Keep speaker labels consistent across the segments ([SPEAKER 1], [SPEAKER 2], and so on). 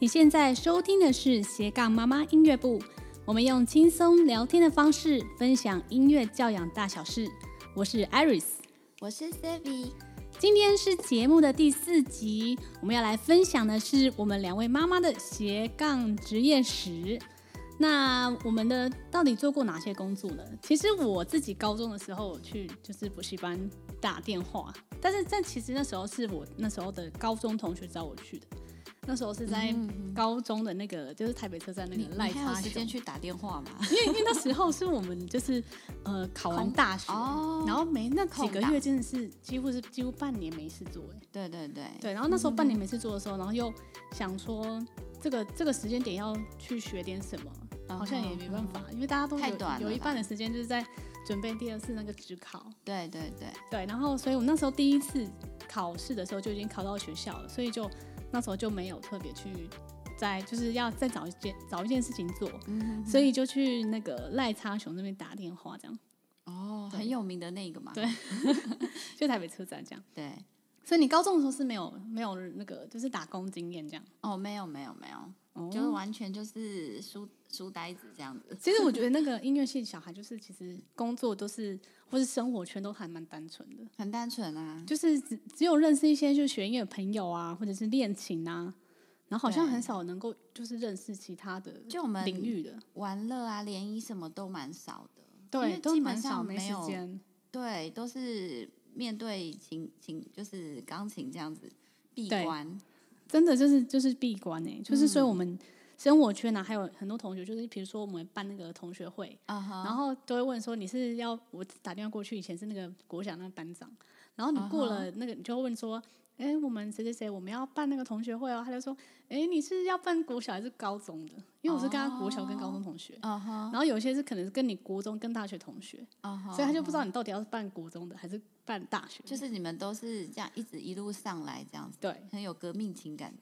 [SPEAKER 1] 你现在收听的是斜杠妈妈音乐部，我们用轻松聊天的方式分享音乐教养大小事。我是 Iris，
[SPEAKER 2] 我是 Savvy。
[SPEAKER 1] 今天是节目的第四集，我们要来分享的是我们两位妈妈的斜杠职业史。那我们的到底做过哪些工作呢？其实我自己高中的时候我去就是补习班打电话，但是但其实那时候是我那时候的高中同学找我去的，那时候是在高中的那个就是台北车站那
[SPEAKER 2] 你
[SPEAKER 1] 个赖
[SPEAKER 2] 你还有
[SPEAKER 1] 茶
[SPEAKER 2] 时间
[SPEAKER 1] 熊，
[SPEAKER 2] 去打电话 吗？
[SPEAKER 1] 因为因为那时候是我们就是呃考完
[SPEAKER 2] 空
[SPEAKER 1] 大学，
[SPEAKER 2] 哦
[SPEAKER 1] 然后没那几
[SPEAKER 2] 空
[SPEAKER 1] 个
[SPEAKER 2] 档
[SPEAKER 1] 月真的是几乎是几乎半年没事做哎、
[SPEAKER 2] 对对对，
[SPEAKER 1] 对，然后那时候半年没事做的时候，然后又想说这个这个时间点要去学点什么，
[SPEAKER 2] 嗯
[SPEAKER 1] 好像也
[SPEAKER 2] 哼
[SPEAKER 1] 没办
[SPEAKER 2] 嗯
[SPEAKER 1] 法
[SPEAKER 2] 哼，
[SPEAKER 1] 因为大家都
[SPEAKER 2] 太
[SPEAKER 1] 有
[SPEAKER 2] 短
[SPEAKER 1] 有
[SPEAKER 2] 了
[SPEAKER 1] 一
[SPEAKER 2] 啦
[SPEAKER 1] 半的时间就是在准备第二次那个职考。
[SPEAKER 2] 对对对，
[SPEAKER 1] 对，然后所以我那时候第一次考试的时候就已经考到学校了，所以就那时候就没有特别去在就是要再找一件找一件事情做，
[SPEAKER 2] 嗯
[SPEAKER 1] 所以就去那个赖叉熊那边打电话，这样
[SPEAKER 2] 哦，
[SPEAKER 1] 对
[SPEAKER 2] 很有名的那个嘛，
[SPEAKER 1] 对就台北车站这样。
[SPEAKER 2] 对，
[SPEAKER 1] 所以你高中的时候是没有没有那个就是打工经验这样，
[SPEAKER 2] 哦，没有没有没有，
[SPEAKER 1] 哦
[SPEAKER 2] 就是完全就是书书呆子这样子，
[SPEAKER 1] 其实我觉得那个音乐系小孩，就是其实工作都是或是生活圈都还蛮单纯的，
[SPEAKER 2] 很单纯 啊，
[SPEAKER 1] 就是只只有认识一些就是学音乐的朋友啊，或者是恋情啊，然后好像
[SPEAKER 2] 对
[SPEAKER 1] 很少能够就是认识其他的
[SPEAKER 2] 就我们
[SPEAKER 1] 领域的，
[SPEAKER 2] 玩乐啊、联谊什么都蛮少的，因
[SPEAKER 1] 对，
[SPEAKER 2] 为
[SPEAKER 1] 都
[SPEAKER 2] 基
[SPEAKER 1] 蛮
[SPEAKER 2] 本
[SPEAKER 1] 少
[SPEAKER 2] 上
[SPEAKER 1] 没
[SPEAKER 2] 没
[SPEAKER 1] 时
[SPEAKER 2] 有，
[SPEAKER 1] 间。
[SPEAKER 2] 对，都是面对琴琴就是钢琴这样子闭
[SPEAKER 1] 对
[SPEAKER 2] 关，
[SPEAKER 1] 真的就是就是闭关哎、就是
[SPEAKER 2] 嗯
[SPEAKER 1] 所以我们生活圈呢、啊还有很多同学，就是比如说我们办那个同学会，
[SPEAKER 2] 啊哈，
[SPEAKER 1] 然后都会问说你是要我打电话过去，以前是那个国小那个班长，然后你过了那个，你就会问说，哎、我们谁谁谁我们要办那个同学会哦，他就说，哎、你是要办国小还是高中的？因为我是跟他国小跟高中同学，
[SPEAKER 2] 啊哈，
[SPEAKER 1] 然后有些是可能是跟你国中跟大学同学，
[SPEAKER 2] 啊哈，
[SPEAKER 1] 所以他就不知
[SPEAKER 2] 道，
[SPEAKER 1] 道你到底要办国中的还是办大学的，
[SPEAKER 2] 就是你们都是这样一直一路上来这样子，
[SPEAKER 1] 对，
[SPEAKER 2] 很有革命情感，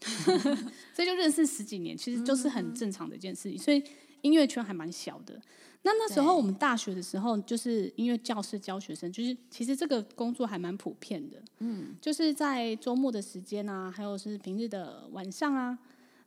[SPEAKER 1] 所以就认识十几年，其实就是很正常的一件事情。所以音乐圈还蛮小的。那那时候
[SPEAKER 2] 对
[SPEAKER 1] 我们大学的时候，就是音乐教室教学生，就是其实这个工作还蛮普遍的。嗯，就是在周末的时间啊，还有是平日的晚上啊。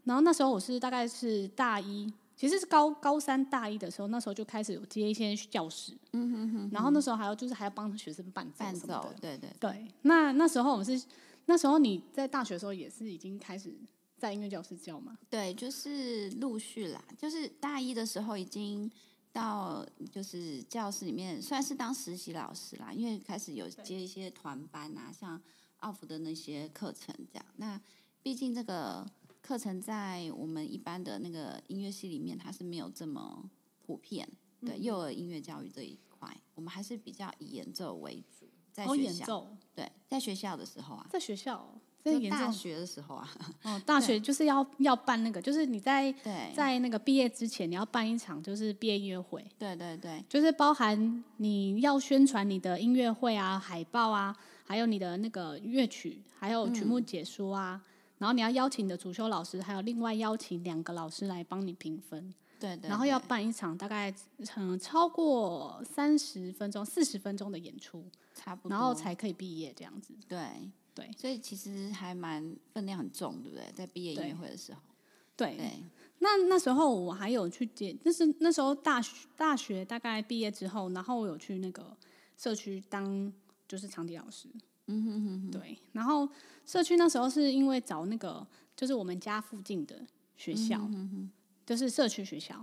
[SPEAKER 1] 然后那时候我是大概是大一，其实是高高三大一的时候，那时候就开始有接一些教室。嗯哼哼。然后那时候还要就是还要帮学生伴奏
[SPEAKER 2] 伴
[SPEAKER 1] 什么的
[SPEAKER 2] 奏，。对对，
[SPEAKER 1] 对，那那时候我们是那时候你在大学的时候也是已经开始在音乐教室教嘛？
[SPEAKER 2] 对，就是陆续啦，就是大一的时候已经到就是教室里面，算是当实习老师啦，因为开始有接一些团班啊，像奥福的那些课程这样。那毕竟这个课程在我们一般的那个音乐系里面，它是没有这么普遍。对，
[SPEAKER 1] 嗯
[SPEAKER 2] 幼儿音乐教育这一块，我们还是比较以演奏为主，在
[SPEAKER 1] 哦，
[SPEAKER 2] 学
[SPEAKER 1] 演
[SPEAKER 2] 校。
[SPEAKER 1] 奏
[SPEAKER 2] 对，在学校的时候啊，
[SPEAKER 1] 在学校哦在
[SPEAKER 2] 就
[SPEAKER 1] 演
[SPEAKER 2] 大
[SPEAKER 1] 奏
[SPEAKER 2] 学的时候啊，
[SPEAKER 1] 哦，大学就是要要办那个，就是你在
[SPEAKER 2] 对，
[SPEAKER 1] 在那个毕业之前，你要办一场就是毕业音乐会，
[SPEAKER 2] 对对对
[SPEAKER 1] 就是包含你要宣传你的音乐会啊、海报啊，还有你的那个乐曲，还有曲
[SPEAKER 2] 嗯
[SPEAKER 1] 目解说啊。然后你要邀请你的主修老师，还有另外邀请两个老师来帮你评分。
[SPEAKER 2] 对对，
[SPEAKER 1] 然后要
[SPEAKER 2] 对
[SPEAKER 1] 办一场大概嗯超过三十分钟、四十分钟的演出，
[SPEAKER 2] 差不多，
[SPEAKER 1] 然后才可以毕业这样子。
[SPEAKER 2] 对
[SPEAKER 1] 对
[SPEAKER 2] 所以其实还蛮分量很重，对不对？在毕业音
[SPEAKER 1] 对
[SPEAKER 2] 乐会的时候，
[SPEAKER 1] 对，
[SPEAKER 2] 对，
[SPEAKER 1] 那那时候我还有去接，那是那时候大学大学大概毕业之后，然后我有去那个社区当就是场地老师。
[SPEAKER 2] 嗯哼哼哼，
[SPEAKER 1] 对，然后社区那时候是因为找那个就是我们家附近的学校，
[SPEAKER 2] 嗯
[SPEAKER 1] 就是社区学校，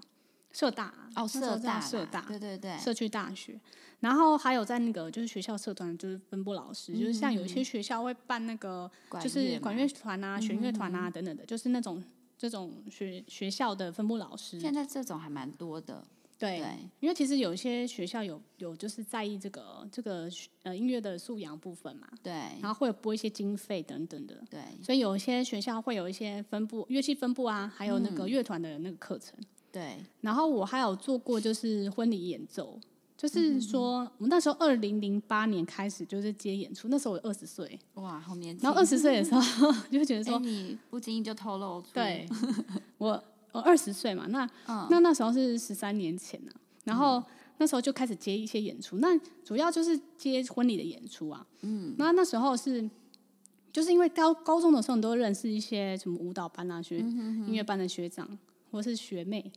[SPEAKER 1] 社大啊
[SPEAKER 2] 哦，
[SPEAKER 1] 那时候
[SPEAKER 2] 社
[SPEAKER 1] 叫
[SPEAKER 2] 大，
[SPEAKER 1] 社大，
[SPEAKER 2] 对对对，
[SPEAKER 1] 社区大学，然后还有在那个就是学校社团，就是分部老师，就是像有一
[SPEAKER 2] 嗯
[SPEAKER 1] 些学校会办那个就是管乐
[SPEAKER 2] 嘛。嗯
[SPEAKER 1] 团啊、弦乐团啊等等的，就是那种这种学学校的分部老师。
[SPEAKER 2] 现在这种还蛮多的，
[SPEAKER 1] 对，
[SPEAKER 2] 对
[SPEAKER 1] 因为其实有一些学校有有就是在意这个这个呃音乐的素养部分嘛，
[SPEAKER 2] 对
[SPEAKER 1] 然后会拨一些经费等等的，
[SPEAKER 2] 对，
[SPEAKER 1] 所以有一些学校会有一些分部乐器分部啊，还有那
[SPEAKER 2] 嗯
[SPEAKER 1] 个乐团的那个课程。
[SPEAKER 2] 对，
[SPEAKER 1] 然后我还有做过就是婚礼演奏，
[SPEAKER 2] 嗯
[SPEAKER 1] 就是说我们那时候二零零八年开始就是接演出，那时候我二十岁，
[SPEAKER 2] 哇，好年轻。
[SPEAKER 1] 然后二十岁的时 候就觉得
[SPEAKER 2] 哎，
[SPEAKER 1] 说，
[SPEAKER 2] 你不经意就透露出，
[SPEAKER 1] 对 我我二十岁嘛，那、
[SPEAKER 2] 哎嗯
[SPEAKER 1] 那那时候是十三年前呢、然后那时候就开始接一些演出，那主要就是接婚礼的演出啊，嗯，那那时候是。就是因为高高中的时候，你都认识一些什么舞蹈班啊、学
[SPEAKER 2] 嗯
[SPEAKER 1] 音乐班的学长或是学妹，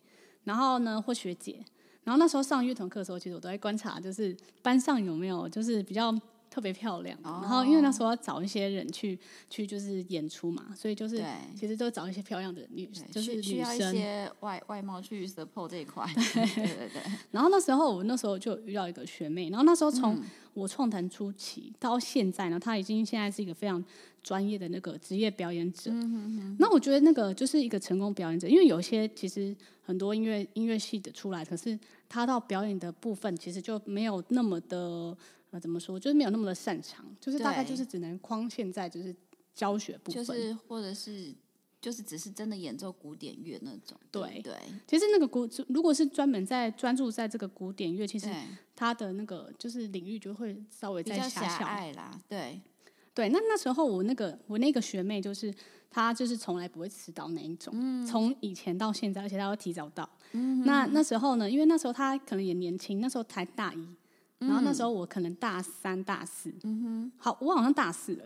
[SPEAKER 1] 然后呢或学姐，然后那时候上乐团课的时候，其实我都在观察，就是班上有没有就是比较特别漂亮的，然后因为那
[SPEAKER 2] 哦
[SPEAKER 1] 时候要找一些人去去就是演出嘛，所以就是
[SPEAKER 2] 对
[SPEAKER 1] 其实都找一些漂亮的女，
[SPEAKER 2] 对
[SPEAKER 1] 就是
[SPEAKER 2] 需需
[SPEAKER 1] 女
[SPEAKER 2] 要一
[SPEAKER 1] 生。
[SPEAKER 2] 些外外貌去 support 这一块， 对对对，
[SPEAKER 1] 然后那时候我那时候就有遇到一个学妹，然后那时候从
[SPEAKER 2] 嗯
[SPEAKER 1] 我创团初期到现在呢，她已经现在是一个非常专业的那个职业表演者。
[SPEAKER 2] 嗯
[SPEAKER 1] 那我觉得那个就是一个成功表演者，因为有些其实很多音乐音乐系的出来，可是他到表演的部分其实就没有那么的呃怎么说，就是没有那么的擅长，就是大概
[SPEAKER 2] 对
[SPEAKER 1] 就是只能框限在就是教学 部
[SPEAKER 2] 就
[SPEAKER 1] 分。
[SPEAKER 2] 是或者是就是只是真的演奏古典乐那种，对
[SPEAKER 1] 对
[SPEAKER 2] 不对
[SPEAKER 1] 其实那个古如果是专门在专注在这个古典乐，其实
[SPEAKER 2] 对，
[SPEAKER 1] 它的那个就是领域就会稍微
[SPEAKER 2] 比
[SPEAKER 1] 再
[SPEAKER 2] 较
[SPEAKER 1] 狭
[SPEAKER 2] 狭
[SPEAKER 1] 小。
[SPEAKER 2] 隘啦，对，
[SPEAKER 1] 对，那那时候我那个我那个学妹就是她就是从来不会迟到那一种，
[SPEAKER 2] 嗯
[SPEAKER 1] 从以前到现在，而且她会提早到。那那时候呢，因为那时候她可能也年轻，那时候才大一，
[SPEAKER 2] 嗯
[SPEAKER 1] 然后那时候我可能大三大四，好，我好像大四了。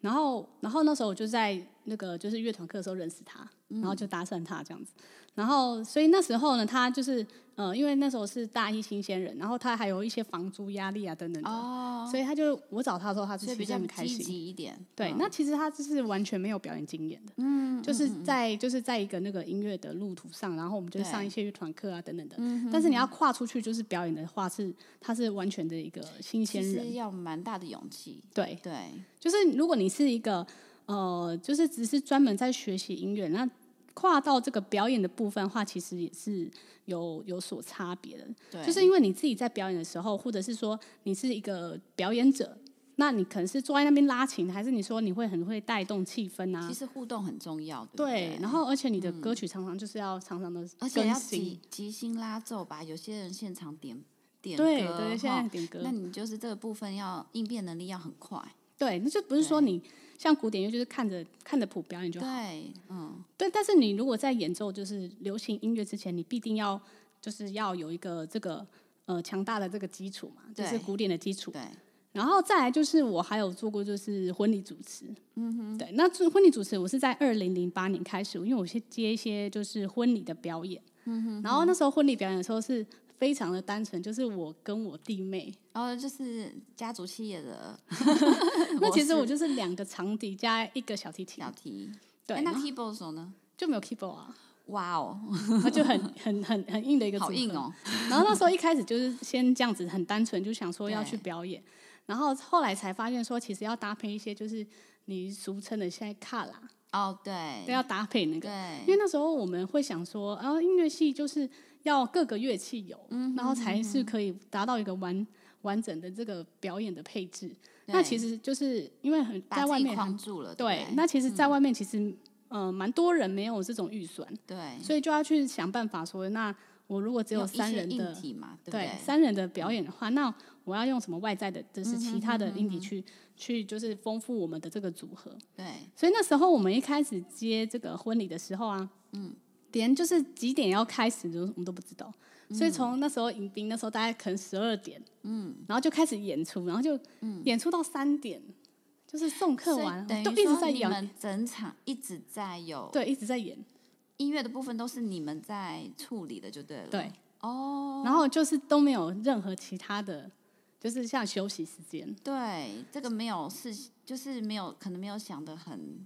[SPEAKER 1] 然后，然后那时候我就在那个就是乐团课的时候认识她，
[SPEAKER 2] 嗯
[SPEAKER 1] 然后就搭讪她这样子。然后，所以那时候呢，她就是呃，因为那时候是大一新鲜人，然后她还有一些房租压力啊等等的，
[SPEAKER 2] 哦，
[SPEAKER 1] 所以她就我找她的时候，她
[SPEAKER 2] 所
[SPEAKER 1] 是
[SPEAKER 2] 以比
[SPEAKER 1] 其实
[SPEAKER 2] 较
[SPEAKER 1] 很开
[SPEAKER 2] 积
[SPEAKER 1] 心。
[SPEAKER 2] 极一点，
[SPEAKER 1] 对，
[SPEAKER 2] 嗯
[SPEAKER 1] 那其实他就是完全没有表演经验的，嗯，就是在就是在一个那个音乐的路途上，然后我们就
[SPEAKER 2] 对
[SPEAKER 1] 上一些乐团课啊等等的，但是你要跨出去就是表演的话是，他是完全的一个新
[SPEAKER 2] 其
[SPEAKER 1] 鲜
[SPEAKER 2] 实
[SPEAKER 1] 人，
[SPEAKER 2] 要蛮大的勇气，
[SPEAKER 1] 对，
[SPEAKER 2] 对，
[SPEAKER 1] 就是如果你是一个呃，就是只是专门在学习音乐，那跨到这个表演的部分的话，其实也是有有所差别的，
[SPEAKER 2] 对，
[SPEAKER 1] 就是因为你自己在表演的时候，或者是说你是一个表演者，那你可能是坐在那边拉琴，还是你说你会很会带动气氛啊
[SPEAKER 2] 其？实互动很重要，对不
[SPEAKER 1] 对
[SPEAKER 2] 对，，嗯
[SPEAKER 1] 然后而且你的歌曲常常就是要常常的
[SPEAKER 2] 而且
[SPEAKER 1] 更
[SPEAKER 2] 要即
[SPEAKER 1] 新，
[SPEAKER 2] 即兴拉奏吧，有些人现场点点
[SPEAKER 1] 对
[SPEAKER 2] 歌
[SPEAKER 1] 对，现
[SPEAKER 2] 哈
[SPEAKER 1] 在点歌
[SPEAKER 2] 那，你就是这个部分要应变能力要很快，
[SPEAKER 1] 对，那就不是说
[SPEAKER 2] 对
[SPEAKER 1] 你像古典乐就是看着看着谱表演就好，
[SPEAKER 2] 对，嗯，
[SPEAKER 1] 对，但是你如果在演奏就是流行音乐之前，你必定要就是要有一个这个呃强大的这个基础嘛，就是
[SPEAKER 2] 对
[SPEAKER 1] 古典的基础，
[SPEAKER 2] 对，
[SPEAKER 1] 然后再来就是我还有做过就是婚礼主持，嗯哼，对，那做婚礼主持我是在二零零八年开始，因为我去接一些就是婚礼的表演，嗯哼然后那时候婚礼表演的时候是非常的单纯，就是我跟我弟妹，
[SPEAKER 2] 然后就是家族企业的
[SPEAKER 1] 那其实我
[SPEAKER 2] 是
[SPEAKER 1] 就是两个长笛加一个小提琴
[SPEAKER 2] 小，提，
[SPEAKER 1] 对，
[SPEAKER 2] 哎那
[SPEAKER 1] 然后
[SPEAKER 2] keyboard 手呢？
[SPEAKER 1] 就没有 keyboard 啊，
[SPEAKER 2] 哇哦，
[SPEAKER 1] 然后就很很很很硬的一个组
[SPEAKER 2] 好
[SPEAKER 1] 合，
[SPEAKER 2] 硬哦，
[SPEAKER 1] 然后那时候一开始就是先这样子很单纯，就想说要去
[SPEAKER 2] 对
[SPEAKER 1] 表演，然后后来才发现说其实要搭配一些就是你俗称的现在卡拉。
[SPEAKER 2] 哦，对
[SPEAKER 1] 都，要搭配那个，因
[SPEAKER 2] 对，
[SPEAKER 1] 为那时候我们会想说，啊，音乐系就是要各个乐器有，
[SPEAKER 2] 嗯
[SPEAKER 1] 然后才是可以达到一个完完整的这个表演的配置。那其
[SPEAKER 2] 实
[SPEAKER 1] 实就是因为很在
[SPEAKER 2] 把自
[SPEAKER 1] 外
[SPEAKER 2] 己
[SPEAKER 1] 面，
[SPEAKER 2] 框住了，
[SPEAKER 1] 对
[SPEAKER 2] 对，，
[SPEAKER 1] 那其实在外面其实、呃蛮多人没有这种预算，
[SPEAKER 2] 对，
[SPEAKER 1] 所以就要去想办法说，那我如果只有
[SPEAKER 2] 用一
[SPEAKER 1] 三
[SPEAKER 2] 些
[SPEAKER 1] 人
[SPEAKER 2] 硬
[SPEAKER 1] 的
[SPEAKER 2] 体嘛，对不
[SPEAKER 1] 对
[SPEAKER 2] 对？嗯
[SPEAKER 1] 三人的表演的话，那我要用什么外在的，就是其他的音体去、去就是丰富我们的这个组合。
[SPEAKER 2] 对，
[SPEAKER 1] 所以那时候我们一开始接这个婚礼的时候啊，嗯，连就是几点要开始，就是我们都不知道。所以从那时候迎宾，那时候大概可能十二点，嗯，然后就开始演出，然后就演出到三点，就是送客
[SPEAKER 2] 所以
[SPEAKER 1] 完
[SPEAKER 2] 等于
[SPEAKER 1] 都一直
[SPEAKER 2] 说
[SPEAKER 1] 在
[SPEAKER 2] 你
[SPEAKER 1] 演，
[SPEAKER 2] 们整场一直在有
[SPEAKER 1] 对，一直在演，
[SPEAKER 2] 音乐的部分都是你们在处理的，就对了。
[SPEAKER 1] 对，
[SPEAKER 2] 哦，
[SPEAKER 1] 然后就是都没有任何其他的，就是像休息时间，
[SPEAKER 2] 对，这个没有事，就是没有，可能没有想的很，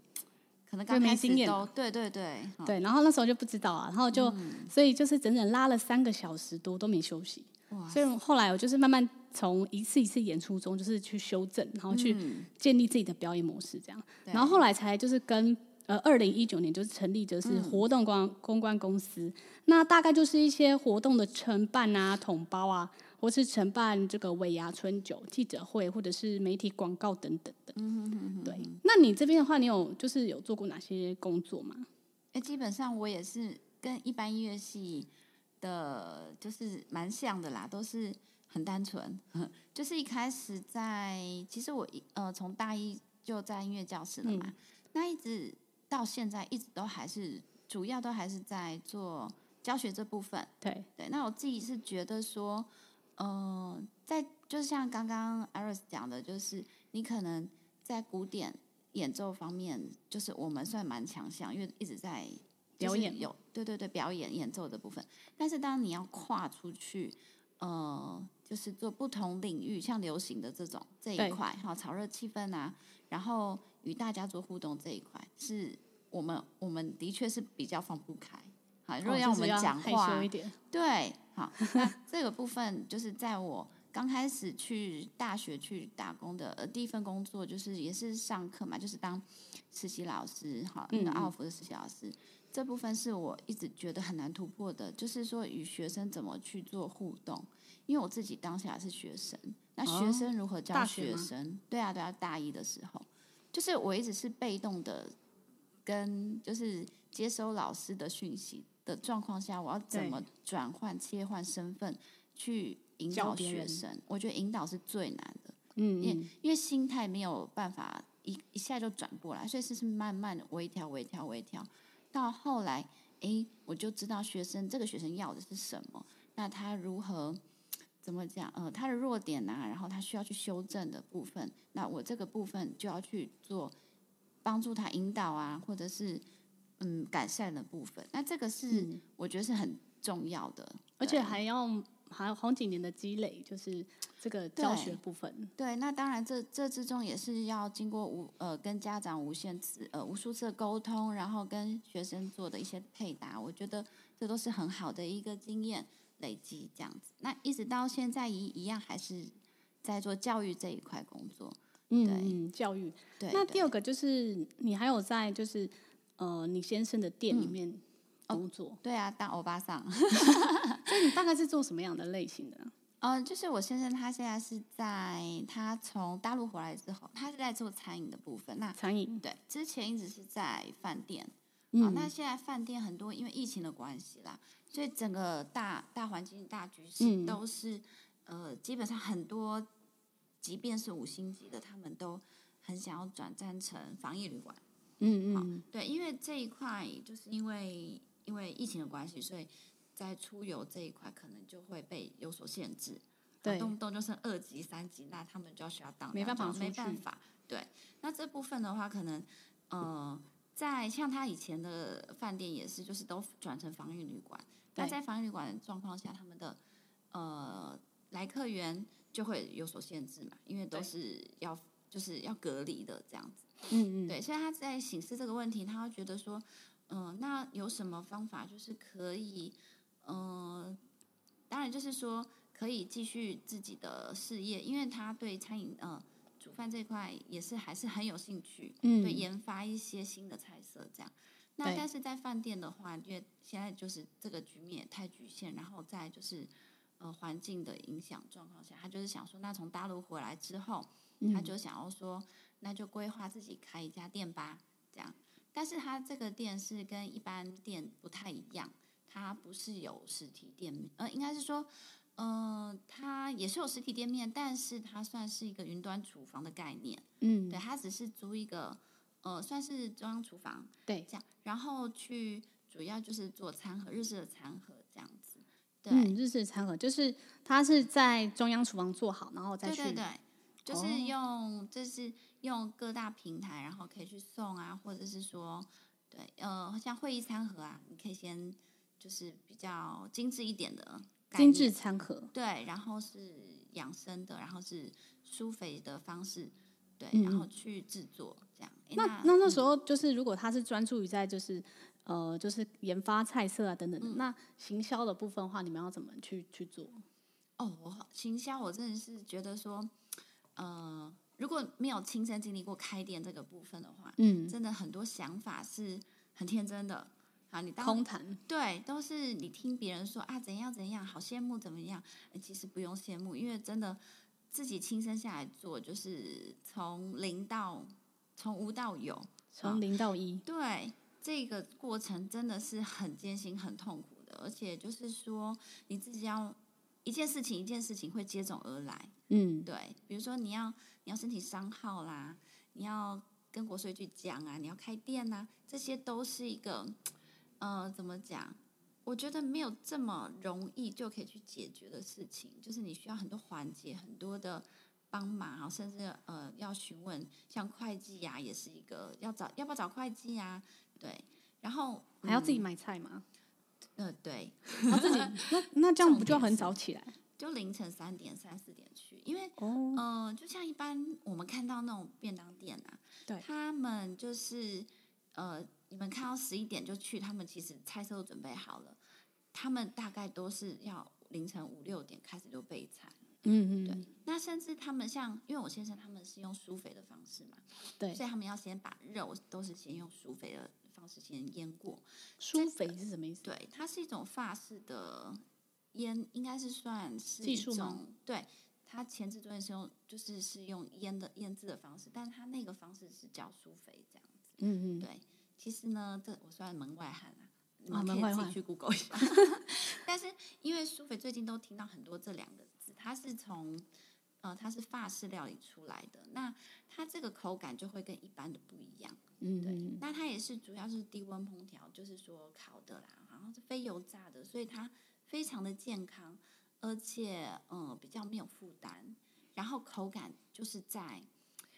[SPEAKER 2] 可能
[SPEAKER 1] 就
[SPEAKER 2] 刚
[SPEAKER 1] 没
[SPEAKER 2] 开
[SPEAKER 1] 经
[SPEAKER 2] 始
[SPEAKER 1] 验
[SPEAKER 2] 都对对对，嗯
[SPEAKER 1] 对，然后那时候就不知道啊，然后就、所以就是整整拉了三个小时多都没休息，
[SPEAKER 2] 哇
[SPEAKER 1] 所以后来我就是慢慢从一次一次演出中就是去修正，然后去
[SPEAKER 2] 嗯
[SPEAKER 1] 建立自己的表演模式这样，
[SPEAKER 2] 对
[SPEAKER 1] 然后后来才就是跟。呃，二零一九年就是成立就是
[SPEAKER 2] 嗯
[SPEAKER 1] 活动公公关公司，那大概就是一些活动的承办啊、统包啊，或是承办这个尾牙春酒、记者会或者是媒体广告等等的。
[SPEAKER 2] 嗯
[SPEAKER 1] 对，那你这边的话，你有就是有做过哪些工作吗？
[SPEAKER 2] 哎，基本上我也是跟一般音乐系的，就是蛮像的啦，都是很单纯。 就是一开始在，其实我一呃从大一就在音乐教室了嘛，那一直到现在一直都还是主要都还是在做教学这部分。
[SPEAKER 1] 对，
[SPEAKER 2] 对，那我自己是觉得说，嗯、在就是像刚刚 Iris 讲的，就是你可能在古典演奏方面，就是我们算蛮强项，因为一直在
[SPEAKER 1] 表演
[SPEAKER 2] 有对对对表演演奏的部分。但是当你要跨出去，呃，就是做不同领域，像流行的这种这
[SPEAKER 1] 对
[SPEAKER 2] 一块，哈，炒热气氛啊，然后与大家做互动这一块，是我们我们的确是比较放不开。好，如果
[SPEAKER 1] 哦
[SPEAKER 2] 要我
[SPEAKER 1] 就是
[SPEAKER 2] 们讲
[SPEAKER 1] 害
[SPEAKER 2] 话，
[SPEAKER 1] 羞一点，
[SPEAKER 2] 对，好，那这个部分就是在我刚开始去大学去打工的呃第一份工作，就是也是上课嘛，就是当实习老师，好，那
[SPEAKER 1] 嗯
[SPEAKER 2] 个
[SPEAKER 1] 嗯
[SPEAKER 2] 奥福的实习老师，这部分是我一直觉得很难突破的，就是说与学生怎么去做互动，因为我自己当下是学生，那
[SPEAKER 1] 哦
[SPEAKER 2] 学生如何
[SPEAKER 1] 大
[SPEAKER 2] 教
[SPEAKER 1] 学
[SPEAKER 2] 学
[SPEAKER 1] 吗
[SPEAKER 2] 生？对啊，对啊，大一的时候，就是我一直是被动的跟就是接收老师的讯息的状况下，我要怎
[SPEAKER 1] 对
[SPEAKER 2] 么转换切换身份去引
[SPEAKER 1] 教
[SPEAKER 2] 导
[SPEAKER 1] 别
[SPEAKER 2] 学
[SPEAKER 1] 人
[SPEAKER 2] 生？我觉得引导是最难的，
[SPEAKER 1] 嗯，
[SPEAKER 2] 因
[SPEAKER 1] 嗯
[SPEAKER 2] 为因为心态没有办法一一下就转过来，所以是是慢慢的微调、微调、微调，到后来，诶，我就知道学生这个学生要的是什么，那他如何怎么讲？呃，他的弱点啊，然后他需要去修正的部分，那我这个部分就要去做帮助他引导啊，或者是嗯改善的部分，那这个是、
[SPEAKER 1] 嗯
[SPEAKER 2] 我觉得是很重要的，
[SPEAKER 1] 而且
[SPEAKER 2] 对
[SPEAKER 1] 还要还有好几年的积累，就是这个教
[SPEAKER 2] 对
[SPEAKER 1] 学部分，
[SPEAKER 2] 对，那当然这这之中也是要经过无呃跟家长无限次呃无数次的沟通，然后跟学生做的一些配搭，我觉得这都是很好的一个经验累积，这样子。那一直到现在一一样还是在做教育这一块工作。
[SPEAKER 1] 嗯，嗯教育。
[SPEAKER 2] 对，
[SPEAKER 1] 那
[SPEAKER 2] 对
[SPEAKER 1] 第二个就是你还有在就是呃你先生的店
[SPEAKER 2] 嗯
[SPEAKER 1] 里面工作，
[SPEAKER 2] 对啊，当欧巴桑。
[SPEAKER 1] 所以你大概是做什么样的类型的啊？
[SPEAKER 2] 嗯，就是我先生他现在是在他从大陆回来之后，他是在做餐饮的部分。那
[SPEAKER 1] 餐饮，
[SPEAKER 2] 对，之前一直是在饭店。好，
[SPEAKER 1] 嗯，
[SPEAKER 2] 那现在饭店很多因为疫情的关系啦，所以整个大大环境、大局
[SPEAKER 1] 嗯
[SPEAKER 2] 势都是、呃，基本上很多，即便是五星级的，他们都很想要转战成防疫旅馆。
[SPEAKER 1] 嗯
[SPEAKER 2] 好
[SPEAKER 1] 嗯，
[SPEAKER 2] 对，因为这一块就是因为因为疫情的关系，所以在出游这一块可能就会被有所限制。
[SPEAKER 1] 对
[SPEAKER 2] 动不动就剩二级、三级，那他们就要需要当
[SPEAKER 1] 没办法出去
[SPEAKER 2] 没办法。对，那这部分的话，可能呃，在像他以前的饭店也是，就是都转成防疫旅馆。那
[SPEAKER 1] 对
[SPEAKER 2] 在防疫旅馆的状况下，他们的呃来客源就会有所限制嘛，因为
[SPEAKER 1] 对
[SPEAKER 2] 都是要就是要隔离的这样子。
[SPEAKER 1] 嗯嗯，
[SPEAKER 2] 对，所以他在醒思这个问题，他会觉得说，嗯、那有什么方法就是可以，嗯、当然就是说可以继续自己的事业，因为他对餐饮呃煮饭这一块也是还是很有兴趣，
[SPEAKER 1] 嗯
[SPEAKER 2] 对研发一些新的菜色这样。那
[SPEAKER 1] 对
[SPEAKER 2] 但是在饭店的话，因为现在就是这个局面也太局限，然后再就是呃环境的影响状况下，他就是想说，那从大陆回来之后，他
[SPEAKER 1] 嗯
[SPEAKER 2] 就想要说，那就规划自己开一家店吧，这样。但是他这个店是跟一般店不太一样，它不是有实体店面，呃，应该是说，嗯、它也是有实体店面，但是它算是一个云端厨房的概念，
[SPEAKER 1] 嗯
[SPEAKER 2] 对，它只是租一个，呃，算是中央厨房，
[SPEAKER 1] 对，
[SPEAKER 2] 这样，然后去主要就是做餐盒，日式的餐盒这样子，对，
[SPEAKER 1] 嗯，日式餐盒就是它是在中央厨房做好，然后再
[SPEAKER 2] 对
[SPEAKER 1] 去
[SPEAKER 2] 对对，就
[SPEAKER 1] 哦
[SPEAKER 2] 是用，就是用各大平台，然后可以去送啊，或者是说，对，呃，像会议餐盒啊，你可以先就是比较精致一点的概
[SPEAKER 1] 精
[SPEAKER 2] 念，
[SPEAKER 1] 致餐盒，
[SPEAKER 2] 对，然后是养生的，然后是舒肥的方式，对，
[SPEAKER 1] 嗯
[SPEAKER 2] 然后
[SPEAKER 1] 嗯
[SPEAKER 2] 去制作这样。诶
[SPEAKER 1] 那那那时
[SPEAKER 2] 嗯
[SPEAKER 1] 候就是，如果他是专注于在就是呃，就是研发菜色啊等等的，
[SPEAKER 2] 嗯
[SPEAKER 1] 那行销的部分的话，你们要怎么去去做？
[SPEAKER 2] 哦，我好行销，我真的是觉得说，呃，如果没有亲身经历过开店这个部分的话，
[SPEAKER 1] 嗯，
[SPEAKER 2] 真的很多想法是很天真的。好，你
[SPEAKER 1] 空
[SPEAKER 2] 当
[SPEAKER 1] 谈，
[SPEAKER 2] 对都是你听别人说啊怎样怎样，好羡慕怎么样，呃其实不用羡慕，因为真的自己亲身下来做，就是从零到从无到有，
[SPEAKER 1] 从零到一，
[SPEAKER 2] 对，这个过程真的是很艰辛、很痛苦的，而且就是说你自己要一件事情一件事情会接踵而来，
[SPEAKER 1] 嗯，
[SPEAKER 2] 对，比如说你要你要申请商号啦，你要跟国税局讲啊，你要开店呐、这些都是一个，呃，怎么讲？我觉得没有这么容易就可以去解决的事情，就是你需要很多环节，很多的帮忙，甚至呃要询问，像会计呀、也是一个要找要不要找会计呀、对，然后
[SPEAKER 1] 还要自己
[SPEAKER 2] 嗯
[SPEAKER 1] 买菜吗？
[SPEAKER 2] 呃对，
[SPEAKER 1] 然后自己那那这样不就
[SPEAKER 2] 重点
[SPEAKER 1] 很
[SPEAKER 2] 是
[SPEAKER 1] 早起来？
[SPEAKER 2] 就凌晨三点三四点去，因为
[SPEAKER 1] 哦，
[SPEAKER 2] 嗯，就像一般我们看到那种便当店啊，
[SPEAKER 1] 对
[SPEAKER 2] 他们就是呃，你们看到十一点就去，他们其实菜色都准备好了，他们大概都是要凌晨五六点开始就备菜。
[SPEAKER 1] 嗯
[SPEAKER 2] 对
[SPEAKER 1] 嗯，
[SPEAKER 2] 那甚至他们像，因为我先生他们是用疏肥的方式嘛，
[SPEAKER 1] 对
[SPEAKER 2] 所，以他们要先把肉都是先用疏肥的方式先腌过。
[SPEAKER 1] 疏肥是什么意思？
[SPEAKER 2] 对，它是一种法式的腌，应该是算是
[SPEAKER 1] 技
[SPEAKER 2] 一
[SPEAKER 1] 术吗
[SPEAKER 2] 种对。它前置作业是用，就是是用腌的腌制的方式，但它那个方式是叫苏肥这样子。
[SPEAKER 1] 嗯嗯，
[SPEAKER 2] 对，其实呢，这我算门外汉啦、你
[SPEAKER 1] 啊
[SPEAKER 2] 们
[SPEAKER 1] 门
[SPEAKER 2] 可
[SPEAKER 1] 外
[SPEAKER 2] 以自
[SPEAKER 1] 汉
[SPEAKER 2] 己去 Google 一下。 但是因为苏肥最近都听到很多这两个字，它是从呃它是法式料理出来的，那它这个口感就会跟一般的不一样。
[SPEAKER 1] 嗯
[SPEAKER 2] 对，
[SPEAKER 1] 嗯，
[SPEAKER 2] 那它也是主要是低温烹调，就是说烤的啦，然后是非油炸的，所以它非常的健康，而且嗯、呃比较没有负担，然后口感就是在，